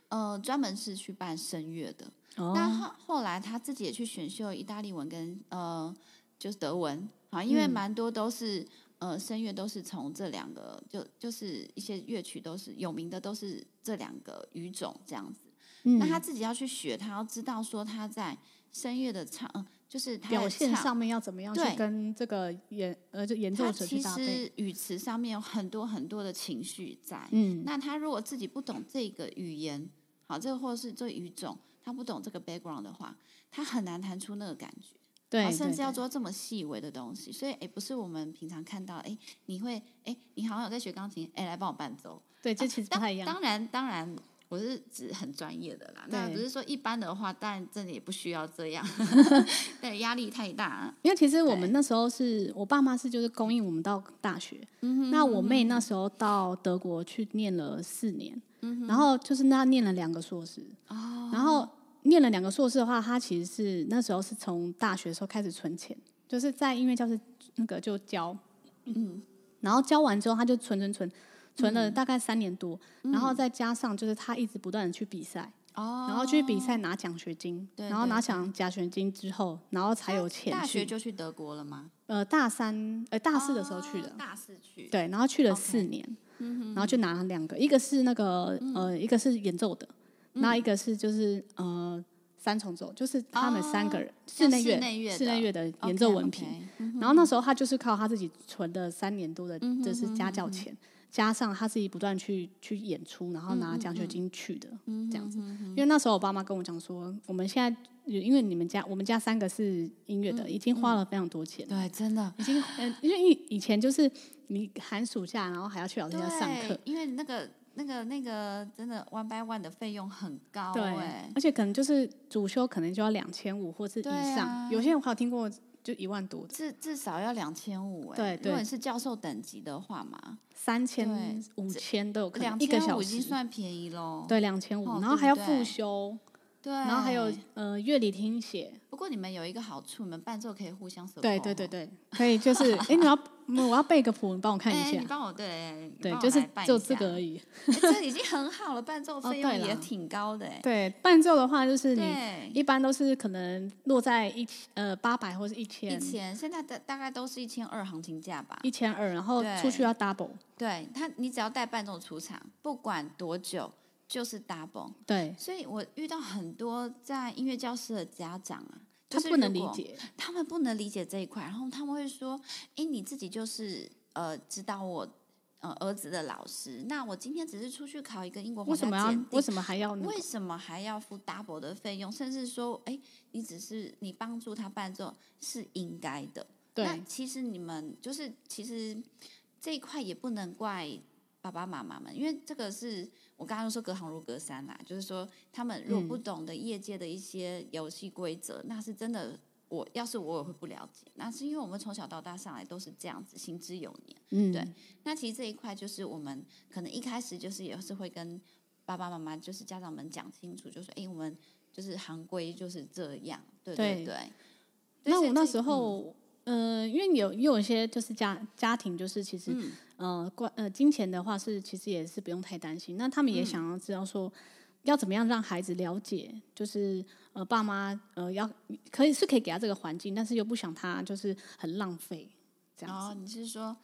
[SPEAKER 2] 呃专门是去办声乐的，那
[SPEAKER 1] 哦，
[SPEAKER 2] 后后来他自己也去选修意大利文跟呃就是德文，好，因为
[SPEAKER 1] 嗯
[SPEAKER 2] 蛮多都是。呃，声乐都是从这两个，就就是一些乐曲都是有名的，都是这两个语种这样子。
[SPEAKER 1] 嗯
[SPEAKER 2] 那他自己要去学，他要知道说他在声乐的唱，呃就是他的
[SPEAKER 1] 表现
[SPEAKER 2] 唱
[SPEAKER 1] 上面要怎么样去
[SPEAKER 2] 对
[SPEAKER 1] 跟这个演呃就演奏
[SPEAKER 2] 他
[SPEAKER 1] 者
[SPEAKER 2] 其
[SPEAKER 1] 去搭配？
[SPEAKER 2] 实语词上面有很多很多的情绪在。
[SPEAKER 1] 嗯，
[SPEAKER 2] 那他如果自己不懂这个语言，好，这个或者是这个语种，他不懂这个 background 的话，他很难弹出那个感觉，
[SPEAKER 1] 对
[SPEAKER 2] 好，甚
[SPEAKER 1] 对
[SPEAKER 2] 至要
[SPEAKER 1] 对
[SPEAKER 2] 做这么细微的东西。所以，哎，不是我们平常看到，哎，你会，哎，你好像有在学钢琴，哎，来帮我伴奏。
[SPEAKER 1] 对，这其实不太一样。
[SPEAKER 2] 啊当然，当然。我是指很专业的啦，那
[SPEAKER 1] 对
[SPEAKER 2] 不是说一般的话，当然真的也不需要这 样，对，压力太大。啊
[SPEAKER 1] 因为其实我们那时候是我爸妈是就是供应我们到大学，
[SPEAKER 2] 嗯
[SPEAKER 1] 那我妹那时候到德国去念了四年，
[SPEAKER 2] 嗯
[SPEAKER 1] 然后就是那念了两个硕士，
[SPEAKER 2] 哦
[SPEAKER 1] 然后念了两个硕士的话，她其实是那时候是从大学的时候开始存钱，就是在音乐教室那个就教，
[SPEAKER 2] 嗯
[SPEAKER 1] 然后教完之后她就存存存。存了大概三年多，然后再加上就是她一直不断的去比赛，
[SPEAKER 2] 嗯哦，
[SPEAKER 1] 然后去比赛拿奖学金，
[SPEAKER 2] 对
[SPEAKER 1] 然后拿
[SPEAKER 2] 对对
[SPEAKER 1] 奖奖学金之后，然后才有钱
[SPEAKER 2] 大
[SPEAKER 1] 去
[SPEAKER 2] 学就去德国了吗？
[SPEAKER 1] 呃大三呃大四的时候去的，
[SPEAKER 2] 哦嗯大四去。
[SPEAKER 1] 对，然后去了四年然后就拿了两个，一个是那个呃一个是演奏的，
[SPEAKER 2] 嗯
[SPEAKER 1] 然后一个是就是呃三重奏，就是他们三个人、
[SPEAKER 2] 哦
[SPEAKER 1] 室
[SPEAKER 2] 像
[SPEAKER 1] 内乐
[SPEAKER 2] 室内乐的
[SPEAKER 1] 室内乐的
[SPEAKER 2] OK，
[SPEAKER 1] 演奏文凭嗯
[SPEAKER 2] OK 嗯
[SPEAKER 1] 然后那时候他就是靠他自己存的三年多的，就是
[SPEAKER 2] 嗯
[SPEAKER 1] 家教钱。加上他自己不断去去演出，
[SPEAKER 2] 嗯
[SPEAKER 1] 然后拿奖学金去的、这样子。因为那时候我爸妈跟我讲说，我们现在因为你们家我们家三个是音乐的，
[SPEAKER 2] 嗯
[SPEAKER 1] 已经花了非常多钱了。
[SPEAKER 2] 对，真的。
[SPEAKER 1] 已经嗯，因为以以前就是你寒暑假，然后还要去老师家上课
[SPEAKER 2] 对，，因为那个、那个、那个，真的 one by one 的费用很高
[SPEAKER 1] 对
[SPEAKER 2] 哎、，
[SPEAKER 1] 而且可能就是主修可能就要两千五或是以
[SPEAKER 2] 对
[SPEAKER 1] 上，
[SPEAKER 2] 啊
[SPEAKER 1] 有些人我还有听过就一万多的，
[SPEAKER 2] 至至少要两千五哎。
[SPEAKER 1] 对
[SPEAKER 2] 如果
[SPEAKER 1] 对
[SPEAKER 2] 你是教授等级的话嘛，
[SPEAKER 1] 三千
[SPEAKER 2] 对、
[SPEAKER 1] 五千都有可能
[SPEAKER 2] 两
[SPEAKER 1] 一个
[SPEAKER 2] 千
[SPEAKER 1] 小
[SPEAKER 2] 五已
[SPEAKER 1] 时
[SPEAKER 2] 经，算便宜喽。
[SPEAKER 1] 对，两千五，
[SPEAKER 2] 哦
[SPEAKER 1] 然后
[SPEAKER 2] 对
[SPEAKER 1] 还要
[SPEAKER 2] 不
[SPEAKER 1] 复
[SPEAKER 2] 对
[SPEAKER 1] 修，
[SPEAKER 2] 对。
[SPEAKER 1] 然后还有呃乐理听写，
[SPEAKER 2] 不过你们有一个好处，你们伴奏可以互相 support。
[SPEAKER 1] 对对对。对，可以就是诶，你要嗯我要背个谱，你帮我看一
[SPEAKER 2] 哎、你
[SPEAKER 1] 下，
[SPEAKER 2] 帮我对，你
[SPEAKER 1] 对，
[SPEAKER 2] 帮我
[SPEAKER 1] 就是
[SPEAKER 2] 来办一
[SPEAKER 1] 只有这
[SPEAKER 2] 下
[SPEAKER 1] 个而已。
[SPEAKER 2] 哎这已经很好了，伴奏
[SPEAKER 1] 哦
[SPEAKER 2] 费用
[SPEAKER 1] 对啦
[SPEAKER 2] 也挺高的哎。
[SPEAKER 1] 对，伴奏的话就是你
[SPEAKER 2] 对，
[SPEAKER 1] 一般都是可能落在一呃八百或是一
[SPEAKER 2] 一
[SPEAKER 1] 千
[SPEAKER 2] 千，现在大大概都是一千二行情价吧。
[SPEAKER 1] 一千二，然后出去
[SPEAKER 2] 啊对
[SPEAKER 1] 要 double，
[SPEAKER 2] 对他，你只要带伴奏出场，不管多久，就是 double。
[SPEAKER 1] 对，
[SPEAKER 2] 所以我遇到很多在音乐教室的家长啊，
[SPEAKER 1] 他
[SPEAKER 2] 就是
[SPEAKER 1] 不能
[SPEAKER 2] 如
[SPEAKER 1] 理
[SPEAKER 2] 果，
[SPEAKER 1] 解，
[SPEAKER 2] 他们不能理解这一块，然后他们会说：“哎，你自己就是呃指导我呃儿子的老师，那我今天只是出去考一个英国
[SPEAKER 1] 为
[SPEAKER 2] 皇
[SPEAKER 1] 什
[SPEAKER 2] 家
[SPEAKER 1] 么要
[SPEAKER 2] 检
[SPEAKER 1] 为
[SPEAKER 2] 定。”
[SPEAKER 1] 什么还要那个
[SPEAKER 2] 为什么还要付 double 的费用？甚至说，哎，你只是你帮助他伴奏是应该的。那
[SPEAKER 1] 对
[SPEAKER 2] 其实你们就是其实这一块也不能怪爸爸妈妈们，因为这个是我刚刚说隔行如隔山啦，就是说他们
[SPEAKER 1] 嗯
[SPEAKER 2] 如果不懂得业界的一些游戏规则，那是真的。我要是我也会不了解，那是因为我们从小到大上来都是这样子，行之有年。
[SPEAKER 1] 嗯
[SPEAKER 2] 对那其实这一块就是我们可能一开始就是也是会跟爸爸妈妈，就是家长们讲清楚，就说，哎，我们就是行规就是这样，对
[SPEAKER 1] 对
[SPEAKER 2] 对对。对
[SPEAKER 1] 那
[SPEAKER 2] 所以
[SPEAKER 1] 我那
[SPEAKER 2] 这嗯
[SPEAKER 1] 时候。呃，因为有也有一些就是家家庭，就是其实、
[SPEAKER 2] 嗯
[SPEAKER 1] 呃关呃金钱的话是其实也是不用太担心。那他们
[SPEAKER 2] 嗯
[SPEAKER 1] 也想要知道说，要怎么样让孩子了解，就是呃爸妈呃要可以是可以给他这个环境，但是又不想他就是很浪费这样
[SPEAKER 2] 然
[SPEAKER 1] 子。
[SPEAKER 2] 哦后你是说，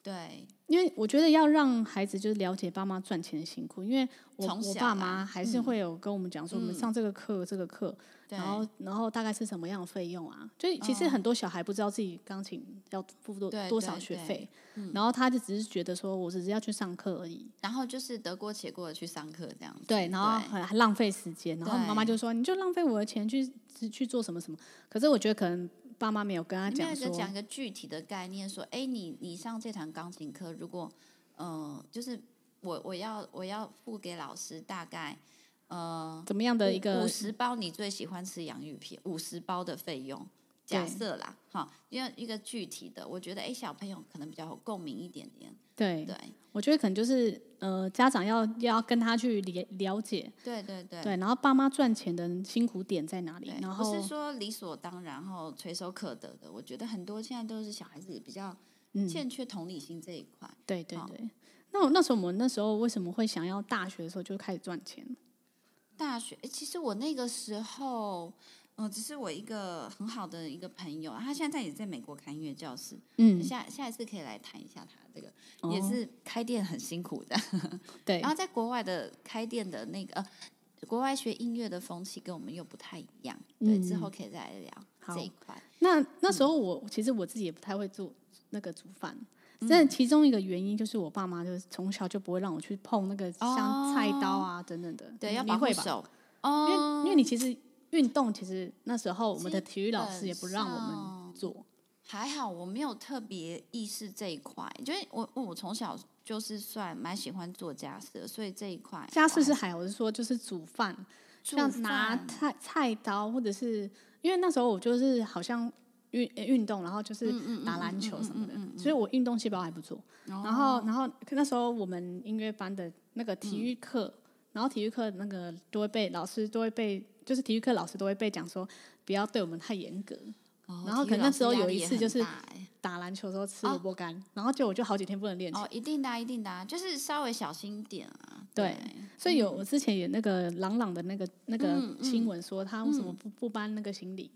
[SPEAKER 2] 对，
[SPEAKER 1] 因为我觉得要让孩子就是了解爸妈赚钱的辛苦，因为我
[SPEAKER 2] 从
[SPEAKER 1] 我
[SPEAKER 2] 小
[SPEAKER 1] 爸
[SPEAKER 2] 啊
[SPEAKER 1] 妈还是会有跟我们讲说，我们上这个课、这个课，
[SPEAKER 2] 对
[SPEAKER 1] 然后然后大概是什么样的费用啊？就其实
[SPEAKER 2] 哦
[SPEAKER 1] 很多小孩不知道自己钢琴要付多
[SPEAKER 2] 对
[SPEAKER 1] 多
[SPEAKER 2] 对
[SPEAKER 1] 少学
[SPEAKER 2] 对嗯
[SPEAKER 1] 费，然后他就只是觉得说我只是要去上课而已，
[SPEAKER 2] 然后就是得过且过的去上课这样子。
[SPEAKER 1] 对，然后很很浪费时间，然后妈妈
[SPEAKER 2] 对
[SPEAKER 1] 就说你就浪费我的钱去去去做什么什么，可是我觉得可能爸妈没有跟他
[SPEAKER 2] 你没有
[SPEAKER 1] 讲
[SPEAKER 2] 一个
[SPEAKER 1] 说，
[SPEAKER 2] 讲一个具体的概念，说，哎，你你上这堂钢琴课，如果，呃，就是我我要我要付给老师大概，呃，
[SPEAKER 1] 怎么样的一个
[SPEAKER 2] 五十包你最喜欢吃洋芋片，五十包的费用，假
[SPEAKER 1] 对
[SPEAKER 2] 设啦，哈，因为一个具体的，我觉得哎，诶小朋友可能比较有共鸣一点点，
[SPEAKER 1] 对，
[SPEAKER 2] 对，
[SPEAKER 1] 我觉得可能就是呃家长要要跟他去了了解，
[SPEAKER 2] 对对对，
[SPEAKER 1] 对，然后爸妈赚钱的辛苦点在哪里
[SPEAKER 2] 对，
[SPEAKER 1] 然
[SPEAKER 2] 不
[SPEAKER 1] 后
[SPEAKER 2] 是说理所当然，然后垂手可得的，我觉得很多现在都是小孩子比较
[SPEAKER 1] 嗯，
[SPEAKER 2] 欠缺同理心这一块。
[SPEAKER 1] 对对
[SPEAKER 2] 好
[SPEAKER 1] 对。那我那时候我们那时候为什么会想要大学的时候就开始赚钱？
[SPEAKER 2] 大学，诶其实我那个时候，嗯、只是我一个很好的一个朋友，他现在也在美国开音乐教室，
[SPEAKER 1] 嗯，
[SPEAKER 2] 下下一次可以来谈一下他这个，
[SPEAKER 1] 哦
[SPEAKER 2] 也是啊开店很辛苦的。
[SPEAKER 1] 对
[SPEAKER 2] 然后在国外的开店的那个，呃，国外学音乐的风气跟我们又不太一样，对，之
[SPEAKER 1] 嗯
[SPEAKER 2] 后可以再来聊
[SPEAKER 1] 好
[SPEAKER 2] 这一块。
[SPEAKER 1] 那那时候
[SPEAKER 2] 嗯
[SPEAKER 1] 我、其实我自己也不太会做那个煮饭，
[SPEAKER 2] 嗯
[SPEAKER 1] 但其中一个原因就是我爸妈就是从小就不会让我去碰那个像菜刀啊等等的，
[SPEAKER 2] 哦对，
[SPEAKER 1] 你
[SPEAKER 2] 要
[SPEAKER 1] 你
[SPEAKER 2] 保护
[SPEAKER 1] 会吧？
[SPEAKER 2] 手哦
[SPEAKER 1] 因为因为你其实运动，其实那时候我们的
[SPEAKER 2] 基
[SPEAKER 1] 体育老师也不让我
[SPEAKER 2] 本
[SPEAKER 1] 们
[SPEAKER 2] 上
[SPEAKER 1] 做，
[SPEAKER 2] 还好我没有特别意识这一块，就是我我从小就是算蛮喜欢做家事的，所以这一块
[SPEAKER 1] 家事是
[SPEAKER 2] 我
[SPEAKER 1] 还好，我是说就是煮饭，
[SPEAKER 2] 煮
[SPEAKER 1] 像拿
[SPEAKER 2] 饭
[SPEAKER 1] 菜菜刀，或者是因为那时候我就是好像运呃运动，然后就是
[SPEAKER 2] 嗯
[SPEAKER 1] 打篮球什么的，所以我运动细胞还不错。
[SPEAKER 2] 哦嗯
[SPEAKER 1] 然后，然后可那时候我们音乐班的那个体育课，然后体育课那个都会被老师都会被，就是体育课老师都会被讲说不要对我们太严格。
[SPEAKER 2] 哦
[SPEAKER 1] 然后
[SPEAKER 2] 体
[SPEAKER 1] 可
[SPEAKER 2] 育
[SPEAKER 1] 能那
[SPEAKER 2] 老
[SPEAKER 1] 时
[SPEAKER 2] 师
[SPEAKER 1] 候
[SPEAKER 2] 压
[SPEAKER 1] 有
[SPEAKER 2] 力
[SPEAKER 1] 一
[SPEAKER 2] 也
[SPEAKER 1] 次
[SPEAKER 2] 很
[SPEAKER 1] 就是
[SPEAKER 2] 大欸
[SPEAKER 1] 打篮球的时候吃萝卜干，然后就我就好几天不能练琴。
[SPEAKER 2] 哦，一定的啊，一定的啊，就是稍微小心一点啊。
[SPEAKER 1] 对所以有我之前也那个朗朗的那个那个
[SPEAKER 2] 嗯嗯
[SPEAKER 1] 新闻说他为什么不不搬那个行李？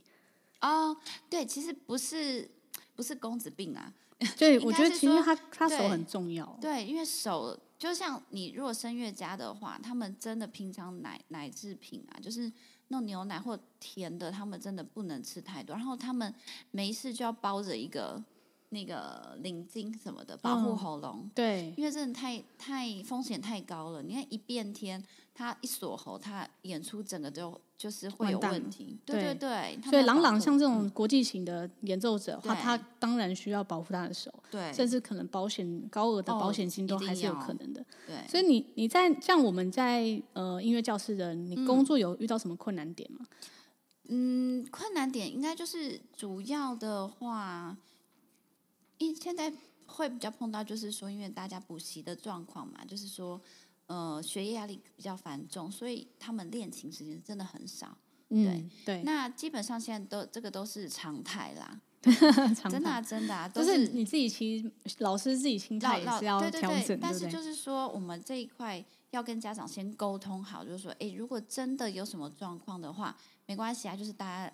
[SPEAKER 2] 哦，对，其实不是不是公子病啊，
[SPEAKER 1] 对，
[SPEAKER 2] 应
[SPEAKER 1] 我
[SPEAKER 2] 该
[SPEAKER 1] 觉得
[SPEAKER 2] 是
[SPEAKER 1] 其实
[SPEAKER 2] 说
[SPEAKER 1] 他他手
[SPEAKER 2] 对
[SPEAKER 1] 很重要。
[SPEAKER 2] 对，因为手就像你如果声乐家的话，他们真的平常奶奶制品啊，就是弄牛奶或甜的，他们真的不能吃太多。然后他们没事就要包着一个那个领巾什么的，保护
[SPEAKER 1] 嗯
[SPEAKER 2] 喉咙。
[SPEAKER 1] 对
[SPEAKER 2] 因为真的太太风险太高了，你看一变天，他一锁喉，他演出整个就就是会
[SPEAKER 1] 完
[SPEAKER 2] 有
[SPEAKER 1] 蛋
[SPEAKER 2] 问
[SPEAKER 1] 了
[SPEAKER 2] 题。对
[SPEAKER 1] 对
[SPEAKER 2] 对对，他
[SPEAKER 1] 所以
[SPEAKER 2] 们要
[SPEAKER 1] 朗
[SPEAKER 2] 保
[SPEAKER 1] 朗
[SPEAKER 2] 护嗯
[SPEAKER 1] 像这种国际型的演奏者，他
[SPEAKER 2] 对
[SPEAKER 1] 他当然需要保护他的手，
[SPEAKER 2] 对
[SPEAKER 1] 甚至可能保险高额的
[SPEAKER 2] 哦
[SPEAKER 1] 保险金都
[SPEAKER 2] 一定
[SPEAKER 1] 还是有
[SPEAKER 2] 要
[SPEAKER 1] 可能的。
[SPEAKER 2] 对，
[SPEAKER 1] 所以你你在像我们在呃音乐教室的，你工作有遇到什么困难点吗？
[SPEAKER 2] 嗯，困难点应该就是主要的话，因现在会比较碰到，就是说，因为大家补习的状况嘛，就是说，呃，学业压力比较繁重，所以他们练琴时间真的很少。
[SPEAKER 1] 嗯，对，
[SPEAKER 2] 那基本上现在都这个都是常态啦，
[SPEAKER 1] 常
[SPEAKER 2] 真的
[SPEAKER 1] 态
[SPEAKER 2] 啊、真的啊，都
[SPEAKER 1] 就是你自己其实老师自己心态也
[SPEAKER 2] 老
[SPEAKER 1] 是要
[SPEAKER 2] 对对
[SPEAKER 1] 调整，对
[SPEAKER 2] 但
[SPEAKER 1] 不
[SPEAKER 2] 是
[SPEAKER 1] 对？
[SPEAKER 2] 就是说，我们这一块要跟家长先沟通好，就是说，诶，如果真的有什么状况的话，没关系啊，就是大家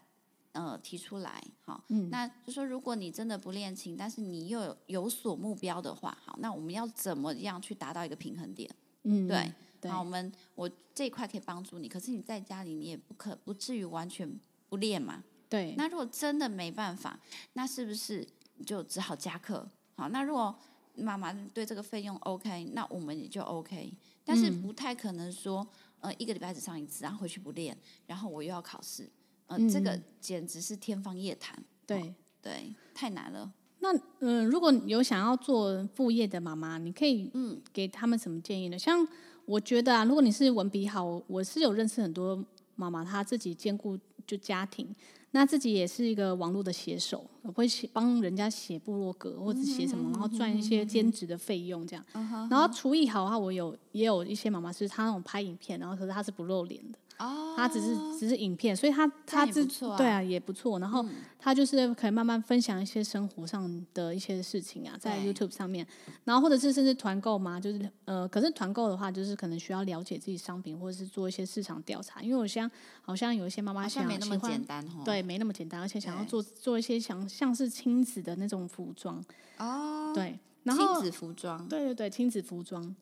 [SPEAKER 2] 呃提出来，好，
[SPEAKER 1] 嗯
[SPEAKER 2] 那就说如果你真的不练琴，但是你又有有所目标的话，好，那我们要怎么样去达到一个平衡点？
[SPEAKER 1] 嗯，
[SPEAKER 2] 对，
[SPEAKER 1] 对
[SPEAKER 2] 好，我们我这一块可以帮助你，可是你在家里你也不可不至于完全不练嘛，
[SPEAKER 1] 对，
[SPEAKER 2] 那如果真的没办法，那是不是你就只好加课？好，那如果妈妈对这个费用 OK，那我们也就 OK。但是
[SPEAKER 1] 嗯
[SPEAKER 2] 不太可能说，呃，一个礼拜只上一次，然后回去不练，然后我又要考试，呃，这个
[SPEAKER 1] 嗯
[SPEAKER 2] 简直是天方夜谭。
[SPEAKER 1] 对。
[SPEAKER 2] 对，太难了。
[SPEAKER 1] 那嗯、呃如果有想要做副业的妈妈，你可以
[SPEAKER 2] 嗯
[SPEAKER 1] 给他们什么建议呢？像我觉得啊，如果你是文笔好，我是有认识很多妈妈，她自己兼顾就家庭，那自己也是一个网络的写手，会写帮人家写部落格或者写什
[SPEAKER 2] 嗯
[SPEAKER 1] 么，然后赚一些兼职的费用这样。然后厨艺好的话，我有也有一些妈妈是她那种拍影片，然后可是她是不露脸的。
[SPEAKER 2] 哦
[SPEAKER 1] 他只是只是影片，所以他他
[SPEAKER 2] 也
[SPEAKER 1] 自
[SPEAKER 2] 不错啊
[SPEAKER 1] 对啊也不错。然后他就是可以慢慢分享一些生活上的一些事情啊，在
[SPEAKER 2] 对
[SPEAKER 1] YouTube 上面，然后或者是甚至团购嘛，就是呃，可是团购的话，就是可能需要了解自己商品，或者是做一些市场调查，因为我像好像有一些妈妈
[SPEAKER 2] 好像
[SPEAKER 1] 想
[SPEAKER 2] 没那么
[SPEAKER 1] 喜欢
[SPEAKER 2] 简单哦。
[SPEAKER 1] 对，没那么简单，而且想要
[SPEAKER 2] 对
[SPEAKER 1] 做做一些像像是亲子的那种服装，
[SPEAKER 2] 哦，
[SPEAKER 1] 对，然后
[SPEAKER 2] 亲子服装，
[SPEAKER 1] 对对对，亲子服装，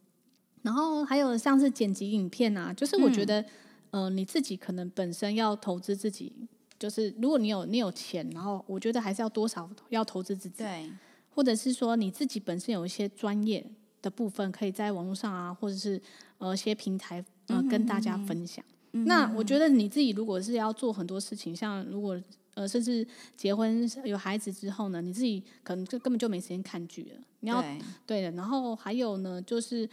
[SPEAKER 1] 然后还有像是剪辑影片啊，就是我觉得，呃，你自己可能本身要投资自己，就是如果你有你有钱，然后我觉得还是要多少要投资自己，
[SPEAKER 2] 对，
[SPEAKER 1] 或者是说你自己本身有一些专业的部分，可以在网络上啊，或者是呃一些平台呃跟大家分享。那我觉得你自己如果是要做很多事情，像如果呃甚至结婚有孩子之后呢，你自己可能就根本就没时间看剧了，你要
[SPEAKER 2] 对
[SPEAKER 1] 对的。然后还有呢，就是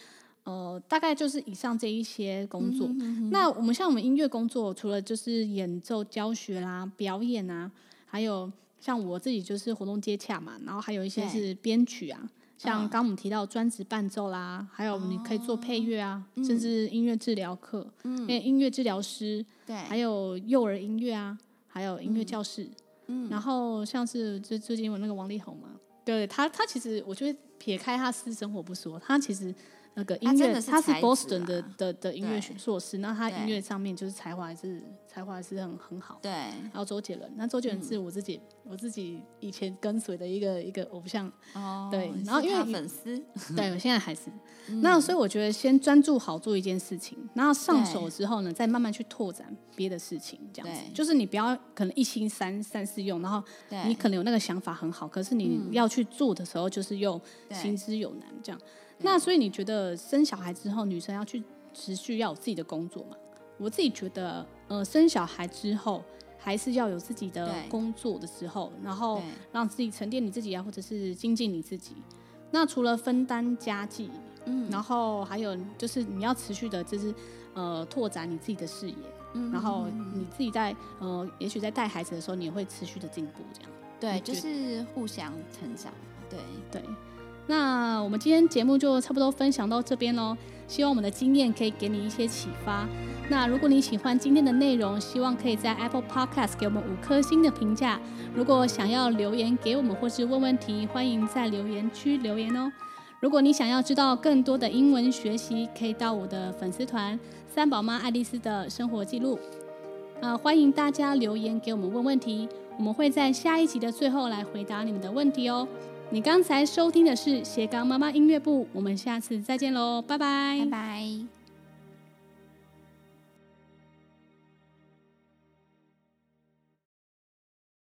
[SPEAKER 1] 呃，大概就是以上这一些工作。那我们像我们音乐工作，除了就是演奏教学啦、表演啊，还有像我自己就是活动接洽嘛，然后还有一些
[SPEAKER 2] 对
[SPEAKER 1] 是编曲啊。像刚刚我们提到专职伴奏啦，还有你可以做配乐啊，甚至音乐治疗课，嗯，音乐治疗师，还
[SPEAKER 2] 对，
[SPEAKER 1] 有幼儿音乐啊，还有音乐教室，嗯，然后像是最最近有那个王力宏嘛，对他，他其实我觉得撇开他私生活不说，他其实那个音
[SPEAKER 2] 他真
[SPEAKER 1] 乐
[SPEAKER 2] 的是
[SPEAKER 1] 他是
[SPEAKER 2] 才子
[SPEAKER 1] Boston
[SPEAKER 2] 啊
[SPEAKER 1] 的的的音乐
[SPEAKER 2] 对
[SPEAKER 1] 学硕士，那他音
[SPEAKER 2] 对
[SPEAKER 1] 乐上面就是才华还是才华还是很很好。
[SPEAKER 2] 对，嗯
[SPEAKER 1] 还有周杰伦，那周杰伦是我自己、我自己以前跟随的一个一个偶像，
[SPEAKER 2] 哦，
[SPEAKER 1] 对
[SPEAKER 2] 是
[SPEAKER 1] 然后因为
[SPEAKER 2] 他
[SPEAKER 1] 你
[SPEAKER 2] 粉丝，
[SPEAKER 1] 对我现在还是。
[SPEAKER 2] 嗯
[SPEAKER 1] 那所以我觉得先专注好做一件事情，然后上手之后呢，再慢慢去拓展别的事情，这样子
[SPEAKER 2] 对。
[SPEAKER 1] 就是你不要可能一心三三四用，然后
[SPEAKER 2] 对，嗯
[SPEAKER 1] 你可能有那个想法很好，可是你要去做的时候，就是又
[SPEAKER 2] 对
[SPEAKER 1] 行之有难这样。那所以你觉得生小孩之后，女生要去持续要有自己的工作嘛？我自己觉得，呃，生小孩之后还是要有自己的
[SPEAKER 2] 对
[SPEAKER 1] 工作的时候，然后
[SPEAKER 2] 对
[SPEAKER 1] 让自己沉淀你自己啊，或者是精进你自己。那除了分担家计，嗯，然后还有就是你要持续的，就是呃拓展你自己的视野，嗯，然后你自己在呃，也许在带孩子的时候，你也会持续的进步，这样
[SPEAKER 2] 嗯对，
[SPEAKER 1] 你
[SPEAKER 2] 就
[SPEAKER 1] 觉
[SPEAKER 2] 是互相成长，对，
[SPEAKER 1] 对。那我们今天节目就差不多分享到这边喽，希望我们的经验可以给你一些启发。那如果你喜欢今天的内容，希望可以在 Apple Podcast 给我们五颗星的评价。如果想要留言给我们或是问问题，欢迎在留言区留言哦。如果你想要知道更多的英文学习，可以到我的粉丝团“三宝妈爱丽丝的生活记录”。呃，欢迎大家留言给我们问问题，我们会在下一集的最后来回答你们的问题哦。你刚才收听的是斜杠妈妈音乐部，我们下次再见喽，拜拜
[SPEAKER 2] 拜拜。